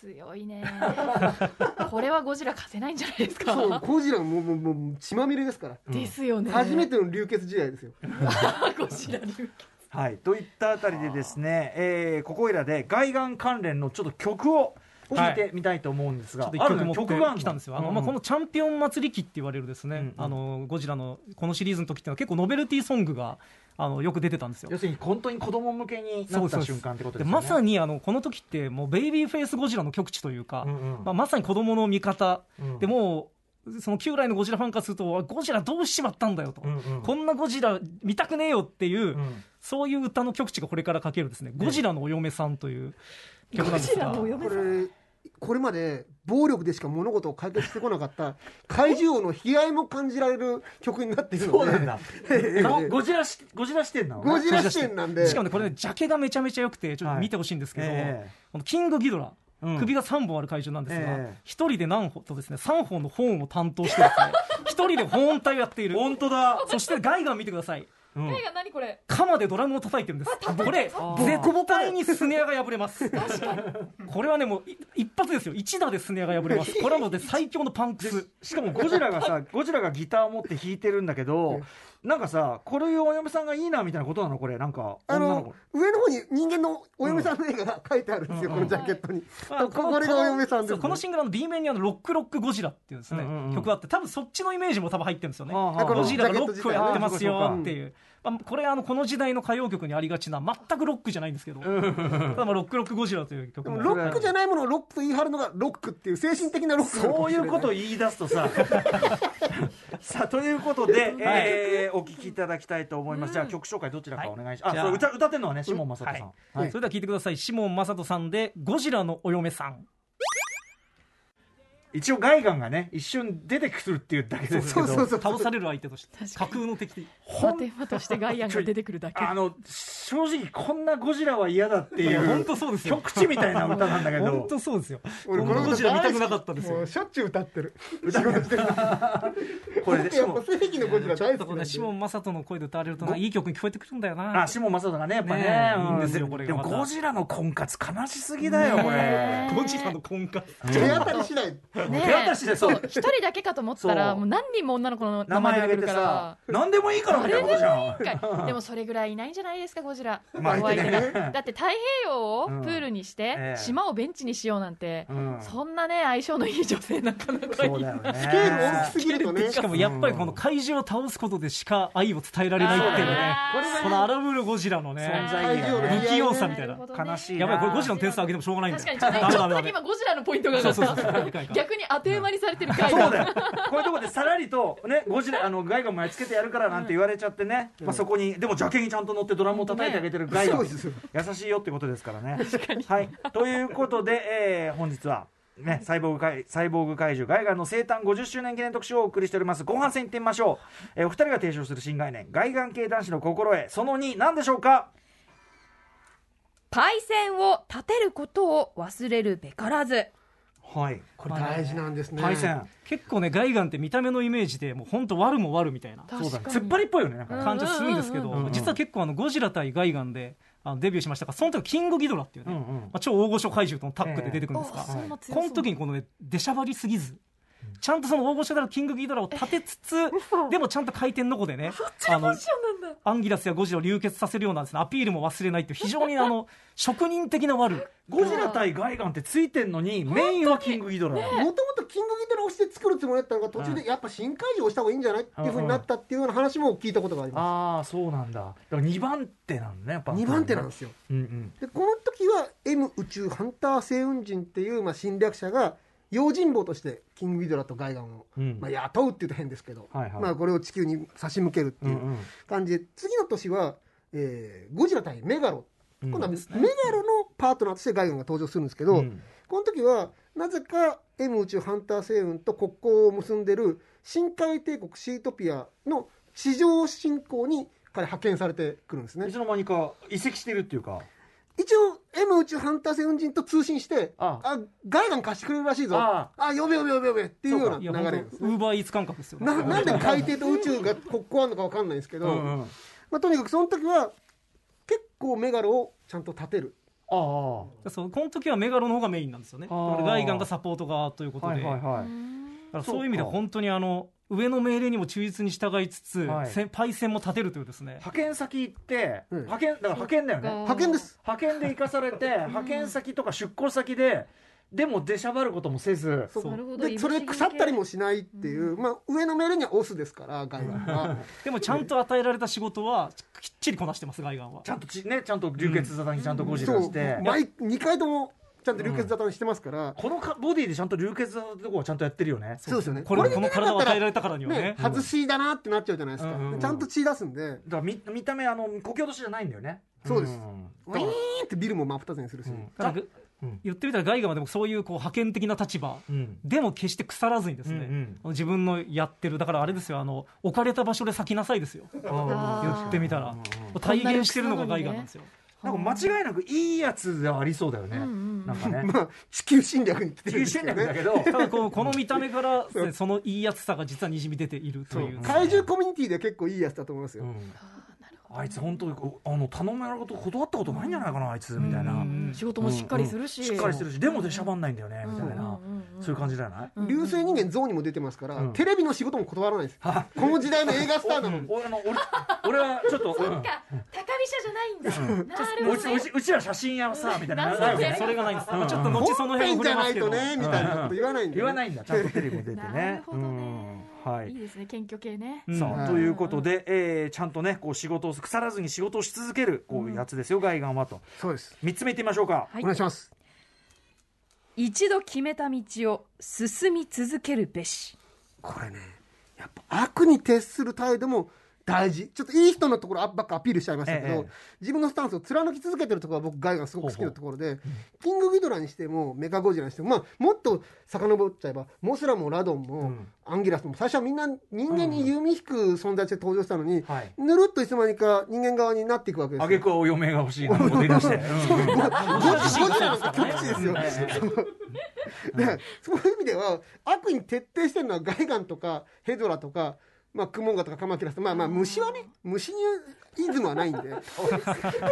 S6: 強いねこれはゴジラ勝てないんじゃないです
S4: [LAUGHS] そう
S6: か
S4: ゴジラももうもうもう血まみれですから、
S6: ですよね
S4: 初めての流血試合ですよ
S6: ゴジラ流
S2: はいといったあたりでですね、えーここいらで外眼関連のちょっと曲を聴いてみたいと思うんです
S5: ちょ
S2: が、
S5: っと
S2: あ
S5: 一
S2: るの
S5: 曲持
S2: よ曲
S5: って
S2: があの
S5: きたんですよ。あ
S2: う
S5: の、
S2: う
S5: まあ、このチャンピオン祭り期って言われるですね、
S2: うんうん
S5: あの、ゴジラのこのシリーズの時っていうのは結構ノベルティソングが、あの、よく出てたんですよ
S2: 要。するに本当に子供向けにな
S5: そ
S2: っ
S5: うそう
S2: た
S5: そう
S2: 瞬間ってことで
S5: で
S2: すよね
S5: まさにあのこの時ってもうベイビーフェイスゴジラの極致というか、
S2: うんうん
S5: まあ、まさに子供の味方、
S2: うん
S5: でもうその旧来のゴジラファンからするとあゴジラどうしちまったんだよと、
S2: うんうん
S5: こんなゴジラ見たくねえよっていう、
S2: うん
S5: そういう歌の極致がこれからかけるですね「ゴジラのお嫁さん」という曲なんです
S6: ゴジラ
S5: が
S6: のお嫁
S4: これこれまで暴力でしか物事を解決してこなかった怪獣王の悲哀も感じられる曲になっているので
S2: そうなん
S4: [LAUGHS]
S2: だゴゴジラしゴジラ視点なのね
S4: ゴジラ視点なんで
S5: しかもねこれねジャケがめちゃめちゃ良くてちょっと見てほしいんですけど、
S2: ええ
S5: このキングギドラ、
S2: うん
S5: 首が3本ある怪獣なんです
S2: え
S5: が
S2: え
S5: 一人で何本とですね3本の本を担当してですね一人で本体をやっている
S2: 本当だ、
S5: そしてガイガン見てください
S2: うん
S6: 映画何これ
S5: 鎌でドラムを叩いてるんですこれ絶対にスネアが破れますこれはねもうい一発ですよ一打でスネアが破れますこれはもうね最強のパンクス
S2: しかもゴジラがさゴジラがギターを持って弾いてるんだけどなんかさこれお嫁さんがいいなみたいなことなのこれなんか
S4: あ
S2: 女
S4: の
S2: の
S4: 上の方に人間のお嫁さんの絵が書いてあるんですよ、
S2: うん
S4: このジャケットに、
S5: まあ
S4: ここれがお嫁さんです、
S5: そう
S4: ね、
S5: このシングルの B 面にあのロックロックゴジラっていうですね、
S2: うんうんうん
S5: 曲があって多分そっちのイメージも多分入ってるんですよね、
S2: ああああ
S5: あゴジラがロックをやってます
S2: ああ
S5: よっていう、まあ、これあのこの時代の歌謡曲にありがちな全くロックじゃないんですけど、ただまあロックロックゴジラという曲
S4: でも
S5: も
S4: ロックじゃないものをロックと言い張るのがロックっていう精神的なロックなのか
S2: そ
S4: も
S2: う
S4: し
S2: い
S4: れな
S2: うことを言い出すとささあということで、えーお聞きいただきたいと思います、じゃあ曲紹介どちらかお願いします、
S5: はい
S2: あそれ歌歌ってるのはねシモン雅人さん、
S5: はい
S2: はい
S5: それでは聞いてくださいシモン・マサトさんで「ゴジラのお嫁さん
S2: 一応ガイガンがね一瞬出てくるっていうだけですけど
S4: そうそう」そう
S5: 倒される相手として
S6: 確か
S5: 架
S6: に
S5: 空の敵
S6: ハテマとしてガイアンが出てくるだけ
S2: あのし正直こんなゴジラは嫌だって
S5: い
S2: い
S5: や本
S2: う
S5: 当そうですよ
S2: 極致みたいな歌なんだけ
S5: 本
S2: ど
S5: 当そうですよ
S4: 俺
S5: このゴジラ見たくなかったですよ
S4: もうしょっちゅう歌ってる
S2: これでし
S4: や
S2: かも
S4: っぱ正義のゴジラ
S5: ちょ
S4: 大
S5: っ
S4: 好
S5: と
S4: き
S5: こ
S4: なんで
S5: れねシモン・マサトの声で歌われるとな、いい曲に聞こえてくるんだよな
S2: あ下正人がねやっぱね
S5: ねえ
S2: う
S5: いいんですよこれがまた
S2: ゴジラの婚活悲しすぎだよこれ
S6: ねえ
S5: ゴジラの婚活
S4: 手当たり次第
S6: ね
S2: 手渡しでそう
S6: 一人だけかと思った
S2: そ
S6: ら
S2: う
S6: もう何人も女の子の名
S2: 名前
S6: 前
S2: あ
S6: 出
S2: げ
S6: てく
S2: て
S6: るから
S2: さ何でもいいからみたいなことじゃん [LAUGHS]
S6: 一回でもそれぐらいいないんじゃないですかゴジラお
S2: まあ
S6: 相手
S2: いて
S6: が
S2: ね
S6: [LAUGHS] だって太平洋を
S2: うん
S6: プールにして、
S2: ええ
S6: 島をベンチにしようなんて、
S2: うん
S6: そんなね相性のいい女性なかなかい
S2: そう
S6: い
S2: だよね
S4: スケール大きすぎるとね
S5: しかもやっぱりこの怪獣を倒すことでしか愛を伝えられないっていうね
S6: あー
S5: この荒ぶるゴジラの
S2: 存
S5: ね
S2: 在意義が
S5: 不
S2: ね
S5: 器用さみたいな
S6: るほどね
S2: 悲しいな
S5: やばいこれゴジラの点数上げてもしょうがないんだ
S6: 確かに
S5: よ
S6: ちょ
S5: ダメ
S6: っとちょ
S5: ダメダ
S6: っとだ
S5: メ
S6: け今ゴジラのポイントが上が
S5: そう
S6: っ
S5: そうそう
S6: た
S5: そういいかいいか
S6: [LAUGHS] 逆にあっという間にされてる回
S2: そう
S6: が
S2: だよこういうとこでさらりとねゴジラあのガイがもやっつけてやるからなんて言われちゃってね、まあ、そこにでも邪気にちゃんと乗ってドラムを叩いてあげてるガイが
S4: そうですよ
S2: 優しいよってことですからね。はい、ということで、えー本日は。ね、サイボーグ怪サイボーグ怪獣ガイガンの生誕50周年記念特集をお送りしております後半戦いってみましょう、えーお二人が提唱する新概念ガイガン系男子の心得その2何でしょうか
S3: パイセンを立てることを忘れるべからず。
S2: はい
S4: これ大事なんですね
S2: パイセン
S5: 結構ねガイガンって見た目のイメージでもう本当悪も悪みたいな
S2: そうだ
S6: 確
S2: ね
S6: か
S2: 突っ
S6: に
S2: 張りっぽいよねなんか、
S6: うん
S5: 感じするんですけど、
S2: うんうん
S5: 実は結構あのゴジラ対ガイガンであのデビューしましたからその時キングギドラっていうね、
S2: うんうん
S5: まあ、超大御所怪獣とのタッグで出てくるんですが
S6: あ、そんな強
S5: こ
S6: そう
S5: の時にこのね出しゃばりすぎずちゃんとその大御所であるキングギドラを立てつつでもちゃんと回転のこでねあのアンギラスやゴジラを流血させるようなです、ね、アピールも忘れないっていう非常に
S2: [LAUGHS]
S5: あの職人的な悪
S2: ゴジラ対ガイガンってついてんのにメインはキングギドラだよ
S4: もともとキングギドラ押して作るつもりだったのが途中でやっぱ新会場をした方がいいんじゃないっていうふうになったっていうような話も聞いたことがありま
S2: ああそうなんだだから2番手なんだねやっぱ、
S4: す2番手なんですすよ
S2: うんうん、
S4: でこの時は M 宇宙ハンター星雲人っていう、まあ、侵略者が用心棒としてキングギドラとガイガンを、
S2: うん
S4: まあ、雇うっていうと変ですけど、
S2: はいはい
S4: まあ、これを地球に差し向けるって
S2: う
S4: い
S2: んう
S4: うん感じで、次の年は、えーゴジラ対メガロ
S2: うん
S4: 今度はメガロのパートナーとしてガイガンが登場するんですけど、
S2: うん
S4: この時はなぜか M 宇宙ハンター星雲と国交を結んでる深海帝国シートピアの地上侵攻に彼派遣されてくるんですね
S2: いつの間にか移籍してるっていうか
S4: 一応 M 宇宙ハンター星雲人と通信して
S2: あ
S4: あガイガン貸してくれるらしいぞ
S2: あ
S4: あ呼べ呼べ呼べ呼べっていうようない流
S5: や
S4: れ
S5: 本当
S4: なんです
S5: ウーバーイーツ感覚ですよ、
S4: ななんで海底と宇宙が国交あるのか分かんないんですけど、
S2: うんうん、あ
S4: まあ、とにかくその時は結構メガロをちゃんと立てる
S2: あ
S5: そうこの時はメガロの方がメインなんですよね
S2: あ
S5: だ
S2: ー
S5: からガイガンがサポート側ということで、
S2: はいはいは
S6: う
S2: い
S6: ん
S5: だからそういう意味で
S2: そう
S5: は
S2: か
S5: 本当にあの上の命令にも忠実に従いつつ、
S2: はい
S5: せパイセンも立てるというですね
S2: 派遣先行って、
S4: うん
S2: 派遣だから派遣だよね
S4: 派遣です
S2: 派遣で行かされて派遣先とか出向先ででも出しゃばることもせず
S4: そう
S5: なる
S3: ほど
S4: でそれで腐ったりもしないっていう、まあ、上の命令にはオスですからガイガンは
S5: でもちゃんと与えられた仕事はきっちりこなしてますガイガンは
S2: ちゃんとちねちゃんと流血沙汰にちゃんとゴジラ
S4: そ
S2: し
S4: う
S2: て、
S4: 毎2回ともちゃんと流血沙汰にしてますから、
S2: このかボディでちゃんと流血沙汰ってとこはちゃんとやってるよね
S4: そうですよね
S5: これこの
S4: これ
S5: 体
S4: が
S5: を
S4: なかったら
S5: 与えられたからにはね
S4: ね、外しだなってなっちゃうじゃないですか、
S2: うんうんうん
S4: ちゃんと血出すんで
S2: だから見見た目あの故郷都市じゃないんだよね
S4: そうです
S2: ん
S4: ウィーンってビルも真っ二つにするし、
S2: うん
S5: だから
S2: うん
S5: 言ってみたらガイガンはでもそういうこう派遣的な立場
S2: うん
S5: でも決して腐らずにですね、
S2: うん
S5: 自分のやってるだからあれですよあの置かれた場所で咲きなさいですよ
S2: あ
S6: あ
S2: ー
S5: 言ってみた
S2: うん
S5: ら
S2: うんうん
S5: 体現してるのがガイガンなんですよ
S2: なんか間違いなくいいやつではありそうだよね、
S6: うんうん
S2: なんかね
S4: まあ地球侵略に来て
S2: 地
S4: る
S2: 球
S4: んです
S2: 侵
S4: けど
S2: 略だ
S4: ね
S2: け
S6: [LAUGHS]
S2: ど
S5: ただこうこの見た目からですね、そのいいやつさが実はにじみ出ているという
S4: 怪獣コミュニティでは結構いいやつだと思いますよ、
S2: あいつ本当にこうあの頼まれること断ったことないんじゃないかなあいつみたいな、
S5: うん
S6: 仕事もしっかりするし、
S2: しっかりするしでも出しゃばんないんだよねみたいな、
S6: うんうんうんうん
S2: そういう感じじゃない、
S4: 流星人間ゾーンにも出てますから、
S2: うん
S4: テレビの仕事も断らないです、
S2: は
S4: この時代の映画スターなのに、
S2: おあの俺俺はちょっと、うん
S6: 高飛車じゃないんだ、なる
S2: う
S6: ほ
S2: ち
S6: ど
S2: うちうちら写真屋さみたいな
S6: なん
S2: なるよ
S5: そ
S2: ね
S5: れがないんです、
S2: うん
S5: まあちょっと後そ
S4: 本
S5: の辺
S4: 編
S5: 触
S4: じ
S5: れ
S4: ゃ
S5: ま
S4: な
S5: す
S4: い
S5: けど
S4: とねみたいなこと言わないんで、ね、
S2: 言わないんだちゃんとテレビも出てね
S6: [LAUGHS] なるほどね
S2: うんはい
S6: いいですね研究系ね、
S5: うん
S2: さあ
S4: はい
S2: ということで、えーちゃんとねこう仕事を腐らずに仕事をし続けるこういうやつですよ、ガイガンはと
S4: そうです
S2: 3つ目いってみましょうか、
S3: はい
S4: お願いします
S3: 一度決めた道を進み続けるべし。
S4: これねやっぱ悪に徹する態度も大事ちょっといい人のところばっかアピールしちゃいましたけ
S2: え
S4: ど
S2: え
S4: 自分のスタンスを貫き続けてるところは僕ガイがすごく好きなところでキングギドラにしてもメカゴジラにしてもまあもっと遡っちゃえばモスラもラドン
S2: う
S4: も
S2: ん
S4: アンギラスも最初はみんな人間に弓引く存在として登場したのに
S2: はい
S4: ぬるっといつの間にか人間側になっていくわけですよ
S2: 挙句はお嫁が欲しいなと思って言い出して、うんうん
S4: ゴジゴジラなんか極地ですよ。でそういう意味では悪に徹底してるのはガイガンとかヘドラとか、まあ、クモンガとかカマキラとかまあまあ虫はね虫にイズムはないんでそう
S2: か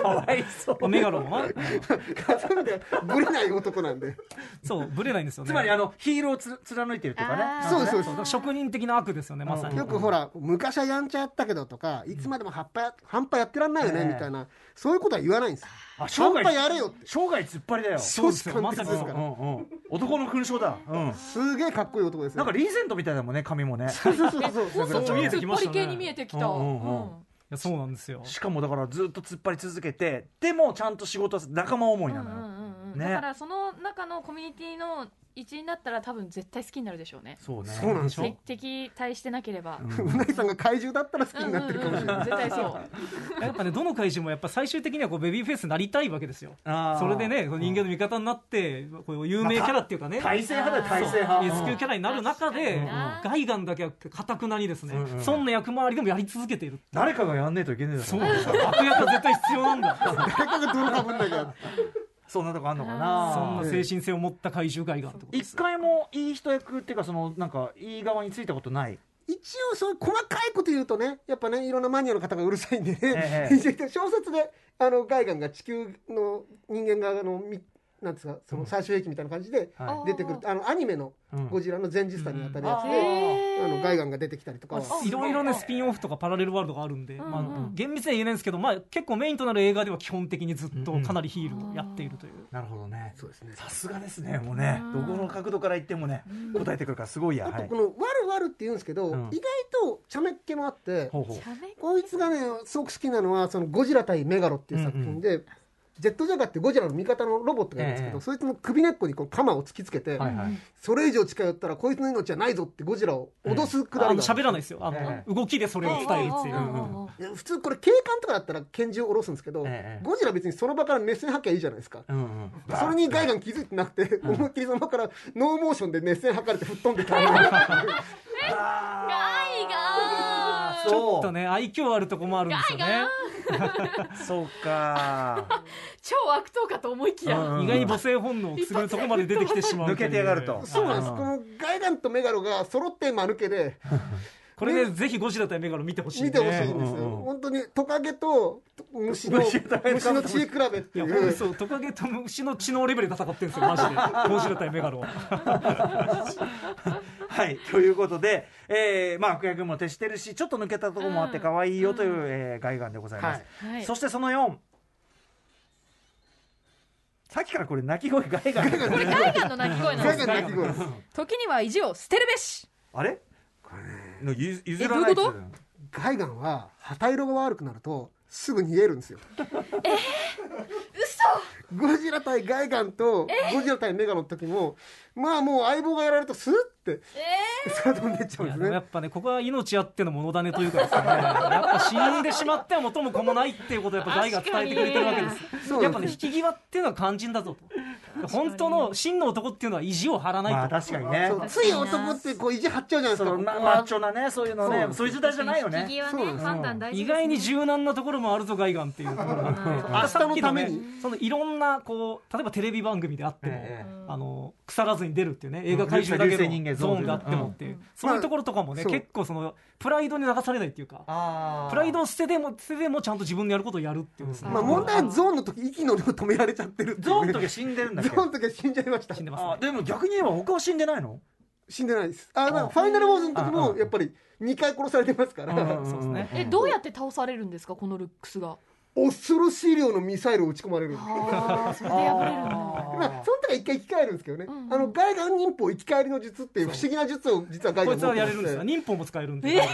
S2: わいそう
S5: まあメガロもな。
S4: いう意味ではぶれない男なんで
S5: そう、ぶれないんですよ
S2: [LAUGHS]
S5: ね。
S2: つまりあのヒーローをつ貫いてるとかね
S6: あー
S4: そうですそう
S5: そうだか
S4: で
S5: ら職人的な悪ですよね、まさに。
S4: よくほら昔はやんちゃやったけどとかいつまでも葉っぱや半端やってらんないよね
S2: ええ
S4: みたいなそういうことは言わないんですよ
S2: あ生
S4: 半
S2: 涯
S4: 端やれよって
S2: 生涯突っ張りだよ
S5: そうですよ、
S4: 少
S5: ま
S4: 子
S5: さ
S4: 貫
S5: に
S4: 徹
S2: う
S4: で。すか
S2: ん
S4: ら
S2: うん男の勲章だうん
S4: すげえかっこいい男です
S2: な
S4: よ
S2: んかリーゼントみたいだもんね髪もね
S4: そうそうそう
S6: え
S4: [LAUGHS] そう
S6: 本当
S5: ちょっと見えてきましたね
S6: ポリ系に見えてきた。
S2: うんうんうん
S6: うん
S5: いやそうなんですよ。
S2: しかもだからずっと突っ張り続けてでもちゃんと仕事は仲間思いなのよ、
S6: うんうんうんうん
S2: ね
S6: だからその中のコミュニティの一員だったら多分絶対好きになるでしょうね
S2: そうね
S4: そうなんです
S5: そう
S6: 敵敵対してなければ、
S4: う [LAUGHS] なぎさんが怪獣だったら好きになってるかもしれない、
S6: うんうんうん絶対そう
S5: [LAUGHS] やっぱね、どの怪獣もやっぱ最終的にはこうベビーフェイスになりたいわけですよ。
S2: あー
S5: それでね、こう人間の味方になって、こう有名キャラっていうかね、
S2: 体制派だよ体制
S5: エス
S2: 派
S5: 級キャラになる中で
S6: 確かにな、
S5: ガイガンだけはかたくなにですね
S2: うんうん、
S5: そんな役回りでもやり続けている。
S2: 誰かがやんねえといけねえだろ
S5: そうなんですよ。悪役は絶対必要なんだ。 [LAUGHS]
S4: 誰かが泥かぶんなきゃ
S2: そんなとこあんのか
S6: あ
S2: な
S5: そんな精神性を持った怪獣ガイガンってことです
S2: 一。回もいい人役っていうかそのなんかいい側についたことない
S4: 一応そういう細かいこと言うとねやっぱねいろんなマニアの方がうるさいんでね、
S2: ええ
S4: 小説であのガイガンが地球の人間側のみなんですかその最終兵器みたいな感じで
S2: は
S4: 出てくる、あのアニメの
S2: うん
S4: 「ゴジラ」の前日譚にあたるやつ
S2: うん
S4: で、
S6: へー
S4: あのガイガンが出てきたりとかは
S6: あ
S5: いろいろね、スピンオフとかパラレルワールドがあるんで、
S6: うん
S5: まあ、厳密には言えないんですけど、まあ、結構メインとなる映画では基本的にずっとかなりヒールをやっているという。
S2: いなるほどね
S4: そうですね
S2: さすがですねもうねどこの角度から言ってもね答えてくるからすごいや
S4: あ
S2: は
S4: と
S2: い
S4: この「わるわる」って言うんですけど、
S2: うん
S4: 意外とちゃめっ気もあって
S2: ほうほう
S6: ダメ
S4: こいつがねすごく好きなのは「そのゴジラ対メガロ」っていう作品で。ジェットジャガーってゴジラの味方のロボットがいるんですけど、
S2: ええ
S4: そいつの首根っこにこう鎌を突きつけて、
S2: はいはい
S4: それ以上近寄ったらこいつの命はないぞってゴジラを脅すくだ
S5: あ
S4: り
S5: の
S4: が
S5: 喋らないですよ。あ
S2: え
S5: の動きでそれを伝えるってい
S6: あああ
S5: う。
S6: あああ
S4: いや普通これ警官とかだったら拳銃を下ろすんですけど、
S2: ええ
S4: ゴジラ別にその場から目線吐きゃいいじゃないですか。
S2: うんうん
S4: それにガイガン気づいてなくて、思いっきりその場からノーモーションで目線吐かれて吹っ飛んでた。
S6: 愛が
S5: ちょっと
S2: ね
S5: ね、愛嬌あるとこもあるんですよね。
S2: そうか
S6: 超悪党かと思いきや、
S2: うん
S5: 意外に母性本能をくすぐるとこまで出てきてしまうと
S2: 抜
S5: いう。
S2: けてやがると
S4: そうなんです。
S2: あー
S4: このガイガンとメガロが揃って間抜けで
S5: これね、ぜひゴジラ対メガロ見てほしいね。
S4: 見てほしいんです
S2: うんうんうん
S4: よ。本当にトカゲと虫の、
S2: 虫と
S4: 虫の知恵比べって
S5: い
S4: い
S5: や、ほんと
S4: う。
S5: そう、トカゲと虫の知能レベルで戦ってるんですよ、マジで。ゴジラ対メガロは。
S2: [LAUGHS] はいということで、えーまあ悪役も徹してるしちょっと抜けたところもあって可愛いよという、えーガイガンでございます、
S4: はい
S6: はい
S2: そしてその4さっきからこれ鳴き声ガイガンだったね
S6: ガイガンの鳴き声なん
S4: ガ
S6: で
S4: イ
S6: す
S4: ガンの鳴き声です。
S3: 時には意地を捨てるべし
S2: あれのゆ譲
S3: え
S2: らない
S3: どういう
S2: やつ
S4: ガイガンは旗色が悪くなるとすぐ逃げるんですよ。え嘘ゴジラ対ガイガンとゴジラ対メガの時も、まあもう相棒がやられるとスーって、空飛んでっちゃうんで
S5: いや
S4: す
S5: でもや
S4: ね。
S5: っぱね、ここは命あってのものだねというかですね、やっぱ死んでしまっては元も子もないっていうことをやっぱ大が伝えてくれてるわけです
S4: そうな
S5: やっぱ
S4: んで
S5: ね、
S4: す
S5: 引き際っていうのは肝心だぞと。本当の真の男っていうのは意地を張らないと。
S2: まあ確かにね
S4: そうつい男ってこう意地張っちゃうじゃないです
S2: そ
S4: か。
S2: のママッチョなねそういうのねそういう時代じゃないよ
S6: 引き
S2: ね
S6: 際
S4: そうなんです
S6: 判断大事
S5: 意
S6: ですね
S5: 外に柔軟なところもあるぞガイガンっていうところがあって
S2: うん
S5: あさっきの
S4: 明
S5: ね
S4: 日のため
S5: そのいろんなこう例えばテレビ番組であっても、
S2: ええ
S5: あの腐らずに出るっていうね映画怪獣だけ
S2: 流星人間
S5: の
S2: ゾ
S5: ゾ
S2: ーン
S5: ーンがあってもっていう、そういうところとかもね、
S4: まあそう
S5: 結構そのプライドに流されないっていうか
S2: あー
S5: プライドを捨てても捨ててもちゃんと自分のやることをやるっていうですね、
S4: まあ問題はゾーンの時息の量止められちゃってるってい
S2: ゾ
S4: う
S2: ーン
S4: ね
S2: の時は死んでるんだっ
S4: ゾ
S2: け
S4: ーンの時は死んじゃいました
S5: 死ん。でます
S2: [LAUGHS] あ
S5: ね
S2: でも逆に言えば他は死んでないの
S4: 死んでないです。あ、まあファイナルウォーズの時
S2: う
S4: も
S2: ん
S4: やっぱり2回殺されてますから。
S5: そうですね
S6: えどうやって倒されるんですかこのルックスが
S4: 恐ろしい量のミサイルを撃ち込まれるんです
S6: ああそれで破れるんだ
S4: まあ、その時は一回生き返るんですけどね、
S6: んうん
S4: あのガイガン忍法生き返りの術っていう不思議な術を実はガイ
S5: こ
S4: ガ
S5: い
S4: ン
S5: つはやれるんですよ
S4: 持って
S5: 忍法も使えるんで、
S6: え
S4: まし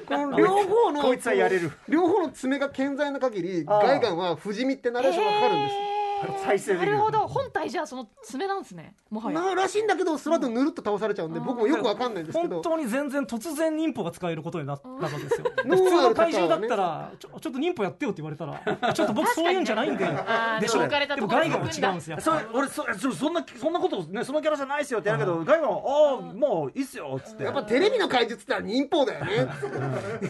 S4: てこの両方の
S2: こいつはやれる
S4: 両方の爪が健在な限りガイガンは不死身ってナレーションがかかるんです、
S6: え
S2: 再生で
S6: な
S2: きる
S6: るほど本体じゃあその爪なんですねもはや
S4: ならしいんだけどその後ぬるっと倒されちゃうんで僕もよくわかんないんですけ
S5: 本
S4: ど
S5: 当に全然突然忍法が使えることになったわけ
S4: [LAUGHS]
S5: ですよ。
S4: ノ
S5: 普
S4: ー
S5: 通
S4: マ
S5: の
S4: ルとかはね
S5: 怪獣だったら、ちょちょっと忍法やってよって言われたら、ちょっと僕そういうんじゃないんで、
S6: あー
S2: でしょ
S6: 置かれた
S5: で
S6: と
S5: も
S6: ころ
S5: 外貨も
S6: に行くんだ
S5: 違うんですよ。やっ
S2: そ
S5: ぱ
S2: れ俺そそそんなそんなことねそのキャラじゃないですよってやるけどガイガンはああもういいっすよっつって
S4: やっぱテレビの怪術ってのは忍法だよね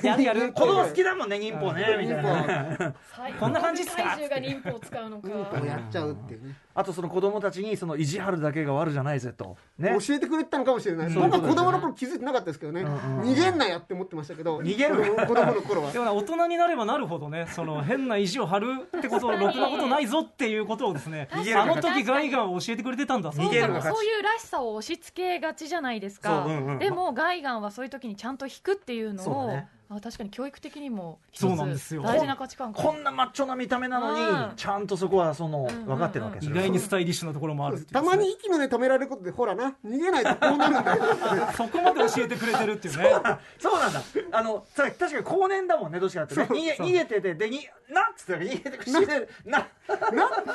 S5: やるやる
S2: 子供好きだもんね忍法ねみたいなね
S7: 最高
S5: こんな感じっすか
S7: 怪獣が忍法を使うのか
S4: 忍法やっちゃうっていうね
S2: あとその子供たちにその意地張るだけが悪じゃないぜとね
S4: 教えてくれてたのかもしれない、
S2: ん
S4: 僕は子供の頃気づいてなかったですけどね、逃げんなやって思ってましたけど
S2: 逃げる
S4: 子供の頃は
S5: でもね大人になればなるほどね、その変な意地を張るってこと、ろくなことないぞっていうことをですね、
S2: 逃げる
S5: あの時ガイガンを教えてくれてたんだ
S2: 逃げるのが勝ち
S6: そういうらしさを押し付けがちじゃないですか、
S2: そううんうん
S6: でもガイガンはそういう時にちゃんと引くっていうの
S2: そう
S6: を
S2: だね
S6: あ確かに教育的にも一
S5: そうなんです
S6: つ
S5: よ
S6: 大事な価値観か
S2: こんなマッチョな見た目なの
S6: う
S2: に
S6: ん
S2: ちゃんとそこはその
S6: んうん
S2: 分かってるわけ
S5: 意外にス
S2: そ
S5: タイリッシュなところもあるっていう
S4: た
S5: ですね
S4: まに息のね止められることでほらな逃げないとこうなるんだよ
S5: そこまで教えてくれてるっていうね。
S2: うなんだあのさ確かに後年だもんねどっちかってね逃げ逃げててでになっつったら逃げてくしてる [LAUGHS] な
S4: な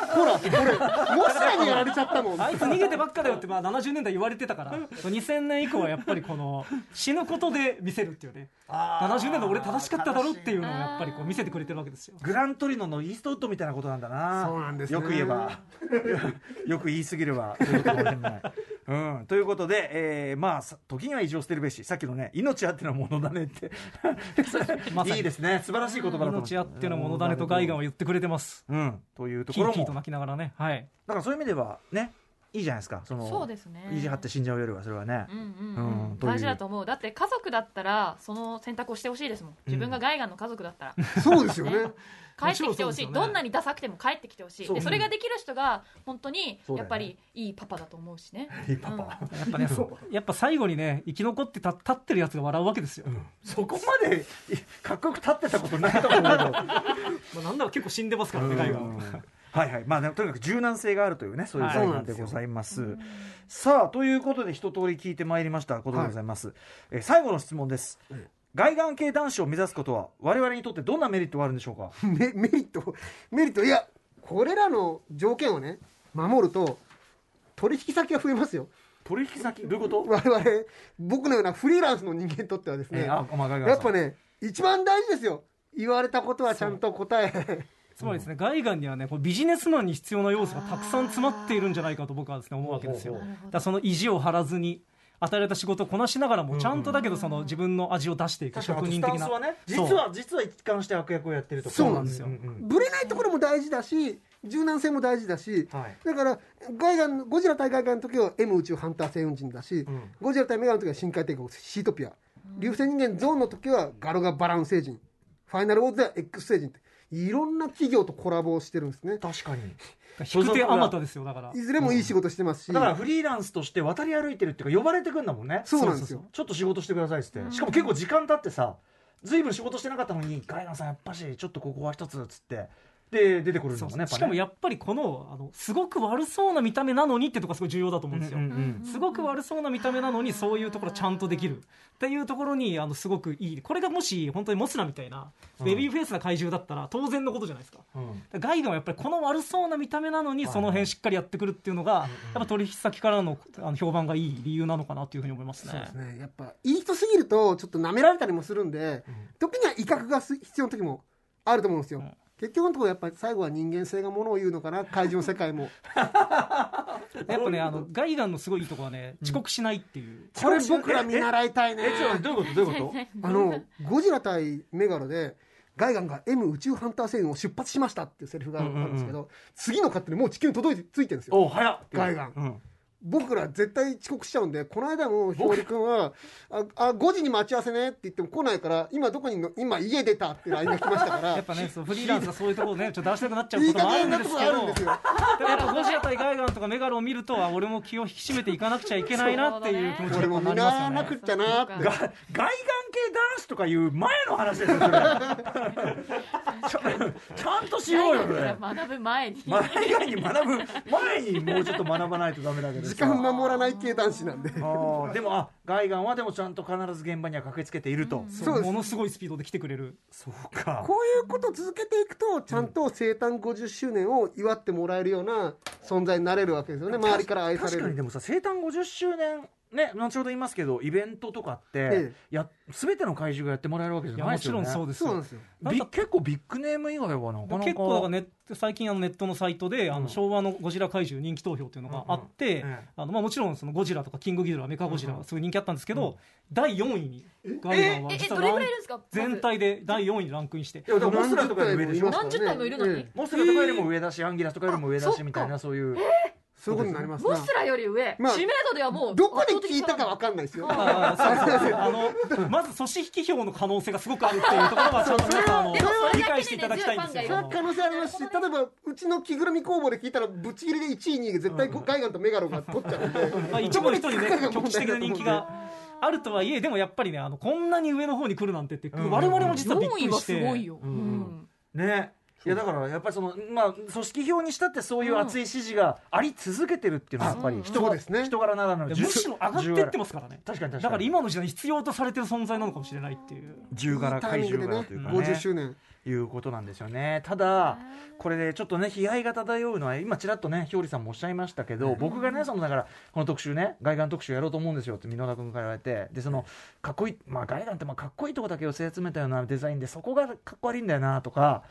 S4: ほら俺モスラにやられちゃったもん
S5: あいつ逃げてばっかだよってまあ70年代言われてたから2000年以降はやっぱりこの死ぬことで見せるっていうね70年代俺正しかっただろっていうのをやっぱりこう見せてくれてるわけですよ
S2: グラントリノのイーストウッドみたいなことなんだな
S4: そうなんですね
S2: よく言えば [LAUGHS] よく言い過ぎればそういうことかもしれ
S5: [LAUGHS]
S2: ないうん、ということで、えーまあさ時には異常を捨てるべしさっきのね命あってのものだねって
S5: まさに
S2: いいですね素晴らしい言葉だと思う
S5: 命あってのものだねとガイガンは言ってくれてます
S2: うん、というと
S5: キ
S2: こ
S5: ン
S2: ろ
S5: キンと
S2: も
S5: 泣きながらねはい
S2: だからそういう意味ではねいいじゃないですかその
S6: そうですね
S2: 意地張って死んじゃうよりはそれはね
S6: う、んうん
S2: う
S6: うんん、
S2: という
S6: 大事だと思うだって家族だったらその選択をしてほしいですもん自分がガイガンの家族だったら、
S4: そうですよね
S6: ね帰ってき
S5: もち
S6: てほしい、
S5: ろんそうですよね
S6: どんなにダサくても帰ってきてほしい
S2: そう
S6: でそれができる人が本当に
S2: そうだよ
S6: やっ
S2: ね
S6: ぱりいいパパだと思うしね
S2: [LAUGHS] いいパパ、
S5: やっぱねやっぱ最後にね生き残ってた立ってるやつが笑うわけですよ、
S2: そこまでいかっこよく立ってたことないと思うけど
S5: まあ、なんなら結構死んでますからねガイガンは
S2: はいはいまあね、とにかく柔軟性があるというねそういう
S5: はい
S2: 財団でございます、さあということで一通り聞いてまいりましたことでございます、えー最後の質問です、外眼系男子を目指すことは我々にとってどんなメリットがあるんでしょうか
S4: メメリットメリットいやこれらの条件をね守ると取引先が増えますよ
S2: [LAUGHS] 取引先どういうこと、
S4: 我々僕のようなフリーランスの人間にとってはですね、
S2: えーあまあ外眼
S4: や
S2: さ
S4: っ
S2: ん
S4: ぱね一番大事ですよ言われたことはちゃんと答え
S5: つまりですねガイガンにはねこうビジネスマンに必要な要素がたくさん詰まっているんじゃないかと僕はですね思うわけですよ
S2: ほうほ
S5: だからその意地を張らずに与えられた仕事をこなしながらもちゃんとだけどその自分の味を出していく
S2: 確かに
S5: 職
S2: あとスタ
S5: 人的
S2: ンス
S5: な
S2: はね
S5: そう
S2: 実は実は一貫して悪役をやってるとか
S4: そうなんです
S5: よ
S4: ぶれないところも大事だし柔軟性も大事だし、
S2: はい
S4: だからガイガンのゴジラ対ガイガンの時は M 宇宙ハンター星雲人だし、
S2: ん
S4: ゴジラ対メガンの時は深海帝国シートピア流星人間ゾーンの時はガロガバラン星人ファイナルウォーズでは X 星人っていろんな企業とコラボをしてるんですね
S2: 確かに
S5: 引く手あまたですよだから
S4: いずれもいい仕事してますし、
S2: だからフリーランスとして渡り歩いてるっていうか呼ばれてくんだもんね
S4: そうなんですよ
S2: ちょっと仕事してくださいっつって、しかも結構時間経ってさずいぶん仕事してなかったのにガイナさんやっぱしちょっとここは一つっつってで出てくるんだ
S5: そ
S2: も
S5: うそ
S2: ん
S5: う
S2: ね
S5: しかも
S2: やっ
S5: やっぱりこのあのすごく悪そうな見た目なのにってとこがすごい重要だと思
S2: ぱね
S5: うんですよ、
S2: うんうんうん
S5: すごく悪そうな見た目なのにそういうところちゃんとできるっていうところにあのすごくいいこれがもし本当にモスラみたいなベビーフェイスな怪獣だったら当然のことじゃないですか
S2: うん
S5: ガイガンはやっぱりこの悪そうな見た目なのに
S2: はい
S5: その辺しっかりやってくるっていうのがやっぱ取引先からのあの評判がいい理由なのかなというふうに思いますね
S4: そうですねやっぱいい人すぎるとちょっと舐められたりもするんで、時には威嚇がす必要な時もあると思うんですよ、
S5: ん
S4: 結局のところやっぱり最後は人間性がものを言うのかな怪獣の世界も
S5: やっぱねあのガイガンのすごいいいとこはね遅刻しないっていう、
S4: これ僕ら見習いたいね
S2: えちょっとどういうことどういうこと
S4: あのゴジラ対メガロでガイガンが M 宇宙ハンター星雲を出発しましたっていうセリフがあったんですけど、次の勝手にもう地球に届いてついてるんですよ
S2: おう早っ
S4: ガイガン
S2: うん
S4: 僕ら絶対遅刻しちゃうんでこの間もひょうり君はああ5時に待ち合わせねって言っても来ないから今どこにいんの今家出たって LINE が来ましたから
S5: やっぱねそうフリーランスがそういうところをねちょっと出したくなっちゃう
S4: い
S5: こ
S4: い
S5: とも
S4: 加
S5: ある
S4: 減
S5: ん
S4: な
S5: で
S4: と
S5: す
S4: こ
S5: け
S4: あるん
S5: ど
S4: ですよ
S5: だからゴジラ対ガイガンとかメガロを見るとあ俺も気を引き締めていかなくちゃいけないなっていう気持ち
S4: 俺
S5: にや
S4: も
S5: っぱ
S4: 見
S5: なります
S4: 習
S5: よ
S4: わな
S5: ね
S4: くっちゃなって
S2: ガイガン系男子とかいう前の話ですよそれ [LAUGHS] ちゃちゃんとしようよそ
S6: [LAUGHS]
S2: れ
S6: 学ぶ前に。
S2: 前以外に学ぶ前にもうちょっと学ばないとダメだけどさ
S4: 時間守らない系男子なんで
S2: あーでもあガイガンはでもちゃんと必ず現場には駆けつけていると、
S4: ん
S5: そ
S4: そう
S5: う
S4: です
S5: ものすごいスピードで来てくれる
S2: そうか
S4: こういうことを続けていくとちゃんと生誕50周年を祝ってもらえるような存在になれるわけですよね周りから愛され
S2: 確かに
S4: る
S2: でもさ生誕50周年ね後ほど言いますけどイベントとかって、
S4: え
S2: や全ての怪獣がやってもらえるわけじ
S5: い
S2: ゃ
S5: や
S2: ない
S5: も
S2: です
S5: ち
S2: よ
S5: ろ
S2: ね
S5: んそうです
S4: そう
S5: よ
S4: なんですよ
S5: なん
S2: び
S5: か
S2: 結構ビッグネーム以外はなかなか
S5: 結構だからネット最近あのネットのサイトであ
S2: うん
S5: の昭和のゴジラ怪獣人気投票というのがあって、
S2: うんうんええ
S5: あのまあ、もちろんそのゴジラとかキングギドラメカゴジラ
S2: うんうん
S5: はすごい人気あったんですけ
S2: うん
S5: ど、第4位にガイガンは
S6: え、え、
S5: 実
S6: ど
S5: は
S6: れ
S5: ラ
S6: ぐ
S5: ン
S6: らいいるんですか
S5: 全。体で第4位にランクインして
S2: いやでもモスラとかより上でしょ
S6: 何十体もいるのに
S2: モスラとかよりも上だし、アンギラスとかよりも上だ
S6: あそっ
S2: し
S6: か
S2: みたいなそういう、
S4: そういうことになります
S6: モ
S4: な
S6: スラより上、
S4: まあ
S6: 知名度ではもう
S4: どこで聞いたかわかんないですよ
S5: ま
S4: ね
S5: あそうそうそうあ [LAUGHS] のまず組織票の可能性がすごくあるっていうところはちょっと皆さんあの
S6: でもそれだけで
S5: 理解していただきたいんですよ
S6: 十
S5: そ
S6: 番
S5: の
S4: 可能性ありますし例えばうちの着ぐるみ工房で聞いたらぶっちぎりで1位2位絶対ガイガンとメガロが取っちゃうんで
S5: まあ、一部の人にね局地的な人気があるとはいえでもやっぱりねあのこんなに上の方に来るなんてって、
S2: うん
S5: 我々も実はびっ
S6: 4
S5: く
S6: 位
S5: り
S6: は
S5: して
S6: すごいよ。
S2: う
S6: うんん。
S2: ねいやだからやっぱりその、まあ、組織票にしたってそういう熱い支持があり続けてるっていうのはやっぱり人,、
S4: そうですね
S2: 人柄ならぬ
S5: いや
S2: 重
S5: むしろ上がってってますからね
S2: 確かに確かに
S5: だから今の時代に必要とされてる存在なのかもしれないっていう
S2: 重柄
S4: タイ
S2: 怪
S4: ミングで
S2: 獣
S4: ね
S2: 柄というかね
S4: 50周年
S2: いうことなんですよね。ただ、これでちょっとね、悲哀が漂うのは、今、ちらっとね、ひょうりさんもおっしゃいましたけど、僕がね、そのだから、この特集ね、外観特集やろうと思うんですよって、箕田君から言われて、で、その、かっこいい、まあ、外観ってまあかっこいいとこだけ寄せ集めたようなデザインで、そこがかっこ悪いんだよなとか、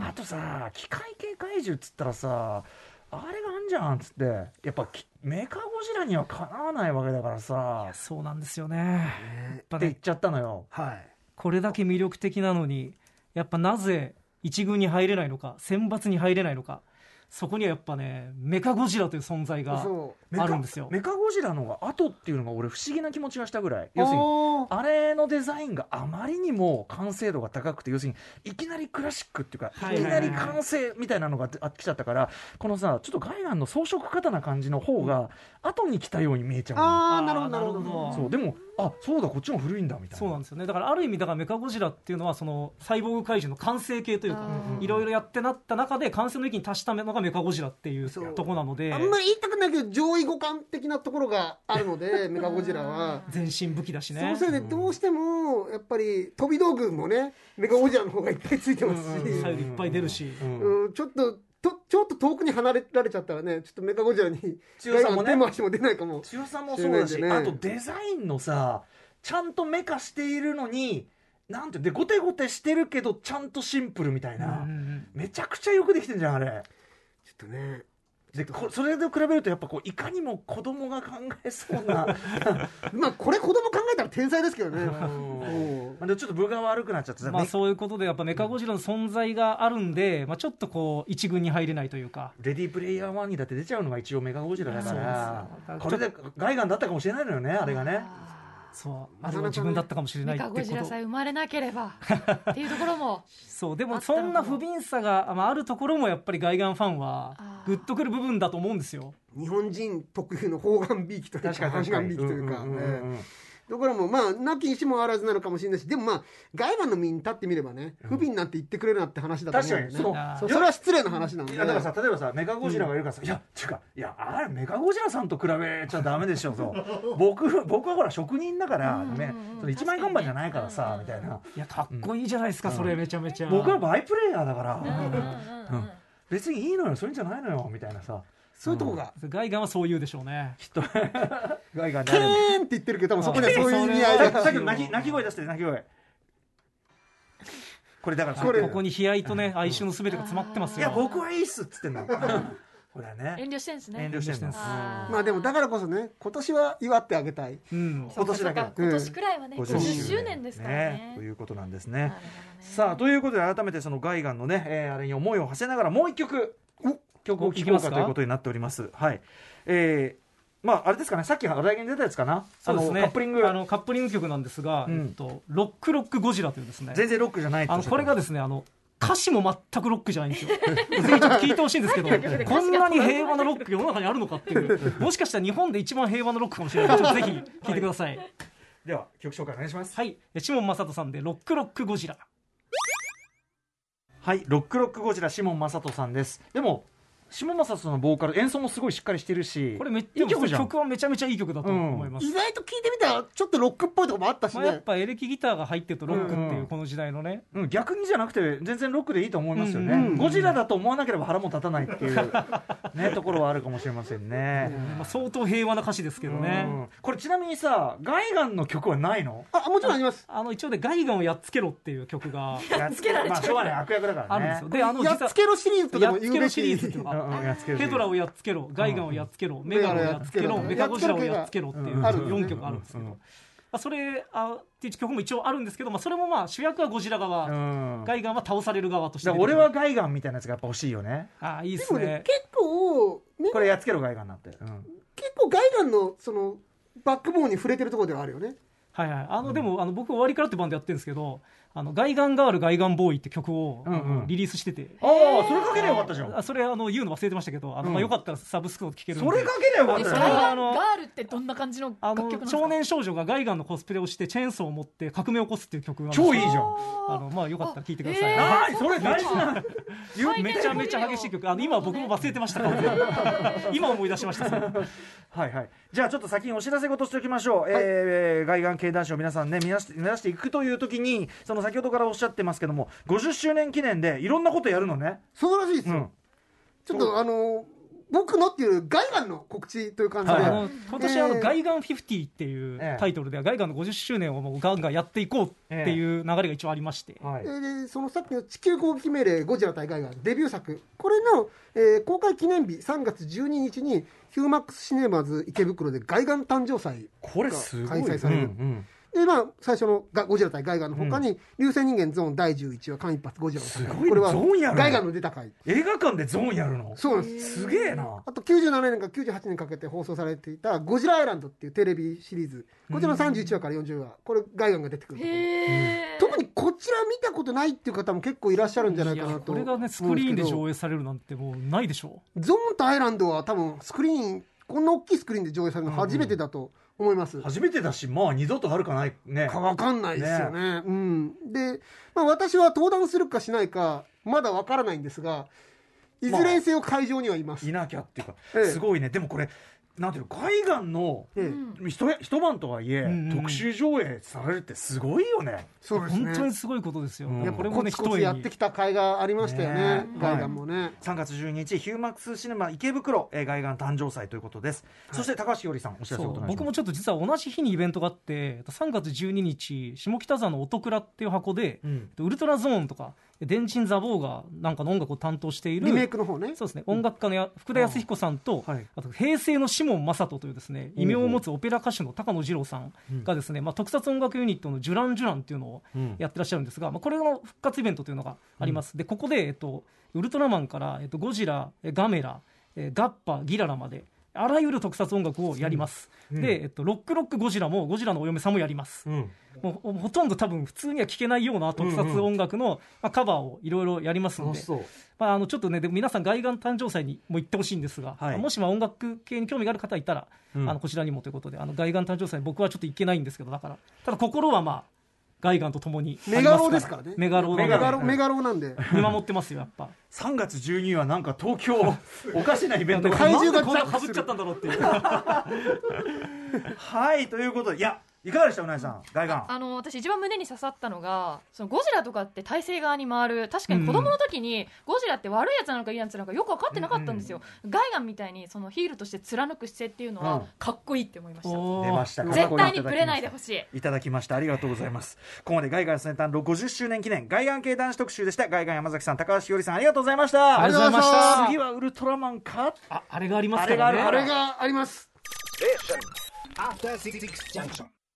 S2: あとさ、機械系怪獣っつったらさ、あれがあんじゃんっつって、やっぱきメカゴジラにはかなわないわけだからさ、
S5: そうなんですよねやっ
S2: っ
S5: ぱ
S2: て言っ
S5: ね
S2: ちゃったのよ。
S4: はい
S5: これだけ魅力的なのにやっぱなぜ一軍に入れないのか選抜に入れないのかそこにはやっぱねメカゴジラという存在が
S4: そ
S2: メカ
S5: あるんですよ
S2: メカゴジラの方が後っていうのが俺不思議な気持ちがしたぐらい。
S4: う
S2: 要するに、
S4: おー
S2: あれのデザインがあまりにも完成度が高くて要するにいきなりクラシックっていうか
S5: はい
S2: い
S5: は
S2: き
S5: い
S2: なり完成みたいなのがあ来ちゃったからこのさちょっとガイガンの装飾方な感じの方が後に来たように見えちゃうの
S4: ああなるほどなるほ
S5: な
S4: ど
S2: そうでもあそうだこっちも古いんだみたいな
S5: そうなんですよねだからある意味だからメカゴジラっていうのはそのサイボーグ怪獣の完成形というか
S6: うん
S5: いろいろやってなった中で完成の域に達したのがメカゴジラっていう
S4: そう
S5: とこなので
S4: あんまり言いたくないけど上位互換的なところがある
S2: [LAUGHS]
S4: のでメガゴジラは。
S5: 全身武器だし
S4: その
S5: ね
S4: せいでどうしてもやっぱり飛び道具もねメガゴジラの方がいっぱいついてますし、
S2: うんうん
S5: 左右いっぱい出るし、
S2: うん
S4: うん、ちょっととちょっと遠くに離れられちゃったらねちょっとメガゴジラに
S2: 強さもね
S4: 手も足も出ないかも
S2: 強さもそうだし、
S4: 周年でね
S2: あとデザインのさちゃんとメカしているのになんてでゴテゴテしてるけどちゃんとシンプルみたいな、
S5: うんうんうん
S2: めちゃくちゃよくできてんじゃんあれ。
S4: ちょっとね
S2: でこそれと比べるとやっぱこういかにも子供が考えそうな
S4: まあこれ子供考えたら天才ですけどねうん
S2: まあでもちょっと分が悪くなっちゃってさ
S5: まあ、
S2: め
S5: そういうことでやっぱメカゴジラの存在があるんで、まあ、ちょっとこう一軍に入れないというか
S2: レディープレイヤー1にだって出ちゃうのが一応メガゴジラだから
S5: そうです
S2: これでガイガンだったかもしれないのよねあれがね
S5: そうあれは自分だったかもしれない
S6: メ
S5: って
S6: カ
S5: こ
S6: ゴジラ
S5: と
S6: さえ生まれなければっていうところも
S5: そうでもそんな不憫さが、まあ、あるところもやっぱり外眼ファンは
S6: あー
S5: グッとくる部分だと思うんですよ。
S4: 日本人特有の方眼美意気というか
S2: 確かに
S4: 半
S2: 確かに
S4: 眼美意気というか、
S2: うんうんうんうん
S4: だからもうまあなきにしもあらずなのかもしれないしでもまあ外部の身に立ってみればね不憫なんて言ってくれるなって話だと思うんだよね
S2: 確
S5: かに
S4: そ
S5: そう
S4: それは失礼な話なんで
S2: いやだからさ例えばさメカゴジラがいるからさ、いやっていうかいやあれメカゴジラさんと比べちゃダメでしょと僕僕はほら職人だから、ねその一枚看板じゃないからさ、みたいない
S5: やかっこいいじゃないですか、それめちゃめちゃ。
S2: 僕はバイプレイヤーだから、
S6: うんうん
S2: 別にいいのよそれじゃないのよみたいなさ
S4: そういうとこが
S5: ガイガンはそう言うでしょうね。
S2: きっとガイガン
S4: 「
S2: で
S4: け
S2: あれば
S4: ーん!」って言ってるけど多分そこにはそういう意味合い
S5: けー
S4: が
S5: ん
S2: さっきの泣き泣き声出して泣き声これだから
S4: これ
S5: ここに悲哀とね、哀愁のすべてが詰まってます
S2: い
S5: よ。
S2: や僕はいいっすっつってんのこれはね
S6: 遠慮してるんですね
S2: 遠慮してんの
S6: あー
S4: まあでもだからこそね今年は祝ってあげたい
S5: うん、
S2: 今年だけ
S6: そうかそうか今年くらいはね
S2: 50
S6: 50周年ですからね
S2: ということなんですね
S6: なるほどね
S2: さあということで改めてそのガイガンのね、えーあれに思いを馳せながらもう一曲曲を聴こ
S5: いき
S2: う
S5: ま
S2: か
S5: すか
S2: ということになっておりますはいえー、まああれですかねさっき話題に出たやつかな
S5: そうです
S2: あの
S5: ね。
S2: カップリング
S5: あのカップリング曲なんですが、
S2: うん
S5: えっとロックロックゴジラというですね。
S2: 全然ロックじゃないって
S5: あ
S2: おっ
S5: の
S2: しゃって
S5: これがですねあの歌詞も全くロックじゃないんですよ。ぜひちょっと聞いてほしい
S2: [LAUGHS]
S5: んですけど、こんなに平和なロッ
S2: [LAUGHS]
S5: ク世の中にあるのかっていう。もしかしたら日本で一番平和なロックかもしれない。ちょっとぜひ聞いてください。
S2: では曲紹介お願いします
S5: はい、えシモン正人さんでロックロックゴジラ。
S2: はいロックロックゴジラシモン正人さんですでもシモン正人のボーカル演奏もすごいしっかりしてるし
S5: これめっ
S2: いい曲
S5: 曲
S2: じゃん
S5: 曲はめちゃめちゃいい曲だと思います。
S4: 意外と聞いてみたらちょっとロックっぽいとこもあったし
S5: まあ、や
S4: ね
S5: っぱエレキギターが入ってるとロックって
S2: うん
S5: いううんこの時代のね、
S2: うん、逆にじゃなくて全然ロックでいいと思いますよね、
S5: うん
S4: うん
S2: ゴジラだと思わなければ腹も立たないっていうねところはあるかもしれません
S5: [LAUGHS]
S2: ね、
S5: まあ、相当平和な歌詞ですけどね、
S2: うんこれちなみにさガイガンの曲はないの
S4: あもちろんあります
S5: あの一応ね「ガイガンをやっつけろ」っていう曲が
S2: やっつけられちゃう、まあ、しょうがない悪役だからね
S5: あるんですよ、であの
S4: やっつけろシリーズとで
S5: や
S4: も
S5: っつ
S4: 言う
S5: け
S4: べ
S5: ろ
S4: き
S5: シリーズっていうのがあっ
S2: うんうんやっつけ
S5: て
S2: る
S5: ヘドラをやっつけろガイガンをやっつけろ、メガロをやっつけろ
S4: メガロをやっつけろ
S5: メカゴジラをやっつけろっていう
S2: うんあるよね
S5: 4曲あるんですけど、
S2: うん
S5: まあ、それあっていう曲も一応あるんですけど、まあ、それもまあ主役はゴジラ側、
S2: うん
S5: ガイガンは倒される側として
S2: だから
S5: 出てく
S2: 俺
S5: る
S2: はガイガンみたいなやつがやっぱ欲しいよね
S5: ああいいで
S4: ですも
S5: ね
S4: ね結構ね
S2: これやっつけろガイガンなんて、うん
S4: 結構ガイガンのそのバックボーンに触れてるところではあるよね
S5: はいはい、あのでもあの僕終わりからってバンドやってるんですけど「あのガイガンガールガイガンボーイ」って曲を、
S2: うんうん
S5: リリースしてて
S2: ああそれかければよかったじゃん
S5: あそれあの言うの忘れてましたけどあの、
S2: うん
S5: まあ、よかったらサブスクを聞けるん
S2: そ
S5: で
S2: れかければよかった
S6: えガ
S2: じゃん
S6: イ
S5: あ
S6: ガン
S5: の
S6: ガールってどんな感じの
S5: あ
S6: 楽曲なん
S5: の
S6: ですか
S5: 少年少女がガイガンのコスプレをしてチェーンソーを持って革命を起こすっていう曲が
S2: 超いいじゃん
S5: あのまあよかったら聞いてください、
S6: えー
S2: はいそれ大事な
S5: [LAUGHS]
S6: 最低
S5: めちゃめちゃ激しい曲あの今僕も忘れてました完
S6: [LAUGHS]
S5: 全に今思い出しましたそれ
S2: はいはい、じゃあちょっと先にお知らせ事しておきましょう、えー、外眼経団士を皆さんね見出して見出していくという時にその先ほどからおっしゃってますけども50周年記念でいろんなことやるのね、
S4: そうらしいです
S2: う
S4: よ、
S2: ん、
S4: ちょっとあの僕のっていうガイガンの告知という感じで、
S2: はい
S5: あの今年あの、
S4: えー
S5: ガイガン50っていう
S2: ええ
S5: タイトルではガイガンの50周年をもうガンガンやっていこうっていう流れが一応ありまして、
S2: はい
S4: え、ーでそのさっきの「地球攻撃命令ゴジラ対ガイガン」デビュー作これの、えー公開記念日3月12日にヒューマックスシネマズ池袋でガイガン誕生祭
S2: これすごい
S4: 開催される
S2: うん
S4: でまあ最初のガゴジラ対ガイガンの他に「流星人間ゾーン第11話間一発ゴジラの戦
S2: すごいね
S4: これ
S2: ゾーンや
S4: は
S2: るね
S4: ガイガンの出た回
S2: うん映画館でゾーンやるの
S4: そうなんです
S2: すげえな
S4: あと97年から98年かけて放送されていた「ゴジラアイランド」っていうテレビシリーズこちらの31話から40話これガイガンが出てくるところ
S6: へー
S4: 特にこちら見たことないっていう方も結構いらっしゃるんじゃないかなと
S5: これがねスクリーンで上映されるなんてもうないでしょ
S4: ゾーンとアイランドは多分スクリーンこんな大きいスクリーンで上映されるの初めてだと思います、
S2: 初めてだしまあ二度とあるかないね
S4: かわかんないですよねうん、で、まあ、私は登壇するかしないかまだわからないんですがいずれにせよ会場にはいます、
S2: いなきゃっていうか
S4: ええ
S2: すごいねでもこれなんていうの海岸の
S4: ええ
S2: 一一晩とはいえ、
S5: んうん
S2: 特集上映されるってすごいよね
S4: そうです
S5: 本当
S4: ね
S5: にすごいことですよ、
S2: うん
S4: やっ
S5: こ
S4: ぱ
S5: れも
S4: コ
S5: ね
S4: ツコ
S5: 一
S4: ツ
S5: 重
S4: やって
S5: に
S4: きた甲斐がありましたよね
S2: ねえ
S4: ガイガンもね、
S2: 3月12日ヒューマックスシネマ池袋、えー、外岸誕生祭ということです、そして高橋ひよりさんお知らせ
S5: そ
S2: をお
S5: う
S2: 願いし
S5: 僕
S2: ま
S5: も
S2: す
S5: ちょっと実は同じ日にイベントがあって3月12日下北沢の音倉っていう箱で、
S2: うん
S5: ウルトラゾーンとか電神ザ・ボーがなんかの音楽を担当している
S4: リメイクの方ね
S5: そうですね、音楽家のや福田康彦さんと、
S2: あはい
S5: あと平成のシモン・マサトというですね異名を持つオペラ歌手の高野二郎さんがですね、まあ、特撮音楽ユニットの「ジュラン・ジュラン」っていうのを
S2: うん
S5: やってらっしゃるんですが、まあ、これの復活イベントというのがあります、でここで、えっと、ウルトラマンから、えっと、ゴジラ、えガメラ、えガッパ、ギララまで。あらゆる特撮音楽をやります、
S2: うん
S5: で、えっと、ロックロックゴジラもゴジラのお嫁さんもやります、
S2: うん
S5: もうほほとんど多分普通には聴けないような特撮音楽の、まあ、カバーをいろいろやりますの
S2: 楽
S5: で
S2: しそう
S5: まあ、あのちょっとね、でも皆さん、外眼誕生祭にも行ってほしいんですが、
S2: はい
S5: もしまあ音楽系に興味がある方いたら、
S2: うん
S5: あのこちらにもということで、あの外眼誕生祭、僕はちょっと行けないんですけど、だから、ただ心はまあ、外眼とともにありま
S4: メガロですからね
S5: メガロ
S4: メ
S5: メ
S4: ガ
S5: ガ
S4: ロ
S5: ロ
S4: メガロなんで
S5: 見守ってますよ、やっぱ。
S2: 3月12日はなんか東京おかしなイベントが
S4: 怪獣
S5: な
S4: が
S5: んでこんなかぶっちゃったんだろうっていう。
S2: はいということでいやいかがでしたうなぎさん大眼
S6: あの私一番胸に刺さったのがそのゴジラとかって体勢側に回る確かに子供の時にゴジラって悪いやつなのかいいやつなのかよく分かってなかったんですよ、ガイガンみたいにそのヒールとして貫く姿勢っていうの
S2: うん
S6: はかっこいいって思いました、
S2: [LAUGHS] 出ました
S6: 絶対にぶれないでほしい
S2: いただきましたありがとうございますここまで外眼先端50周年記念外眼系男子特集でした外眼山崎さん高橋ひよりさんありがとうございました
S5: ありがとうございました
S2: 次はウルトラマンか
S5: ああれがありますか
S2: あ
S5: らね。
S2: れがある
S4: あれがあります
S7: After Six Junction.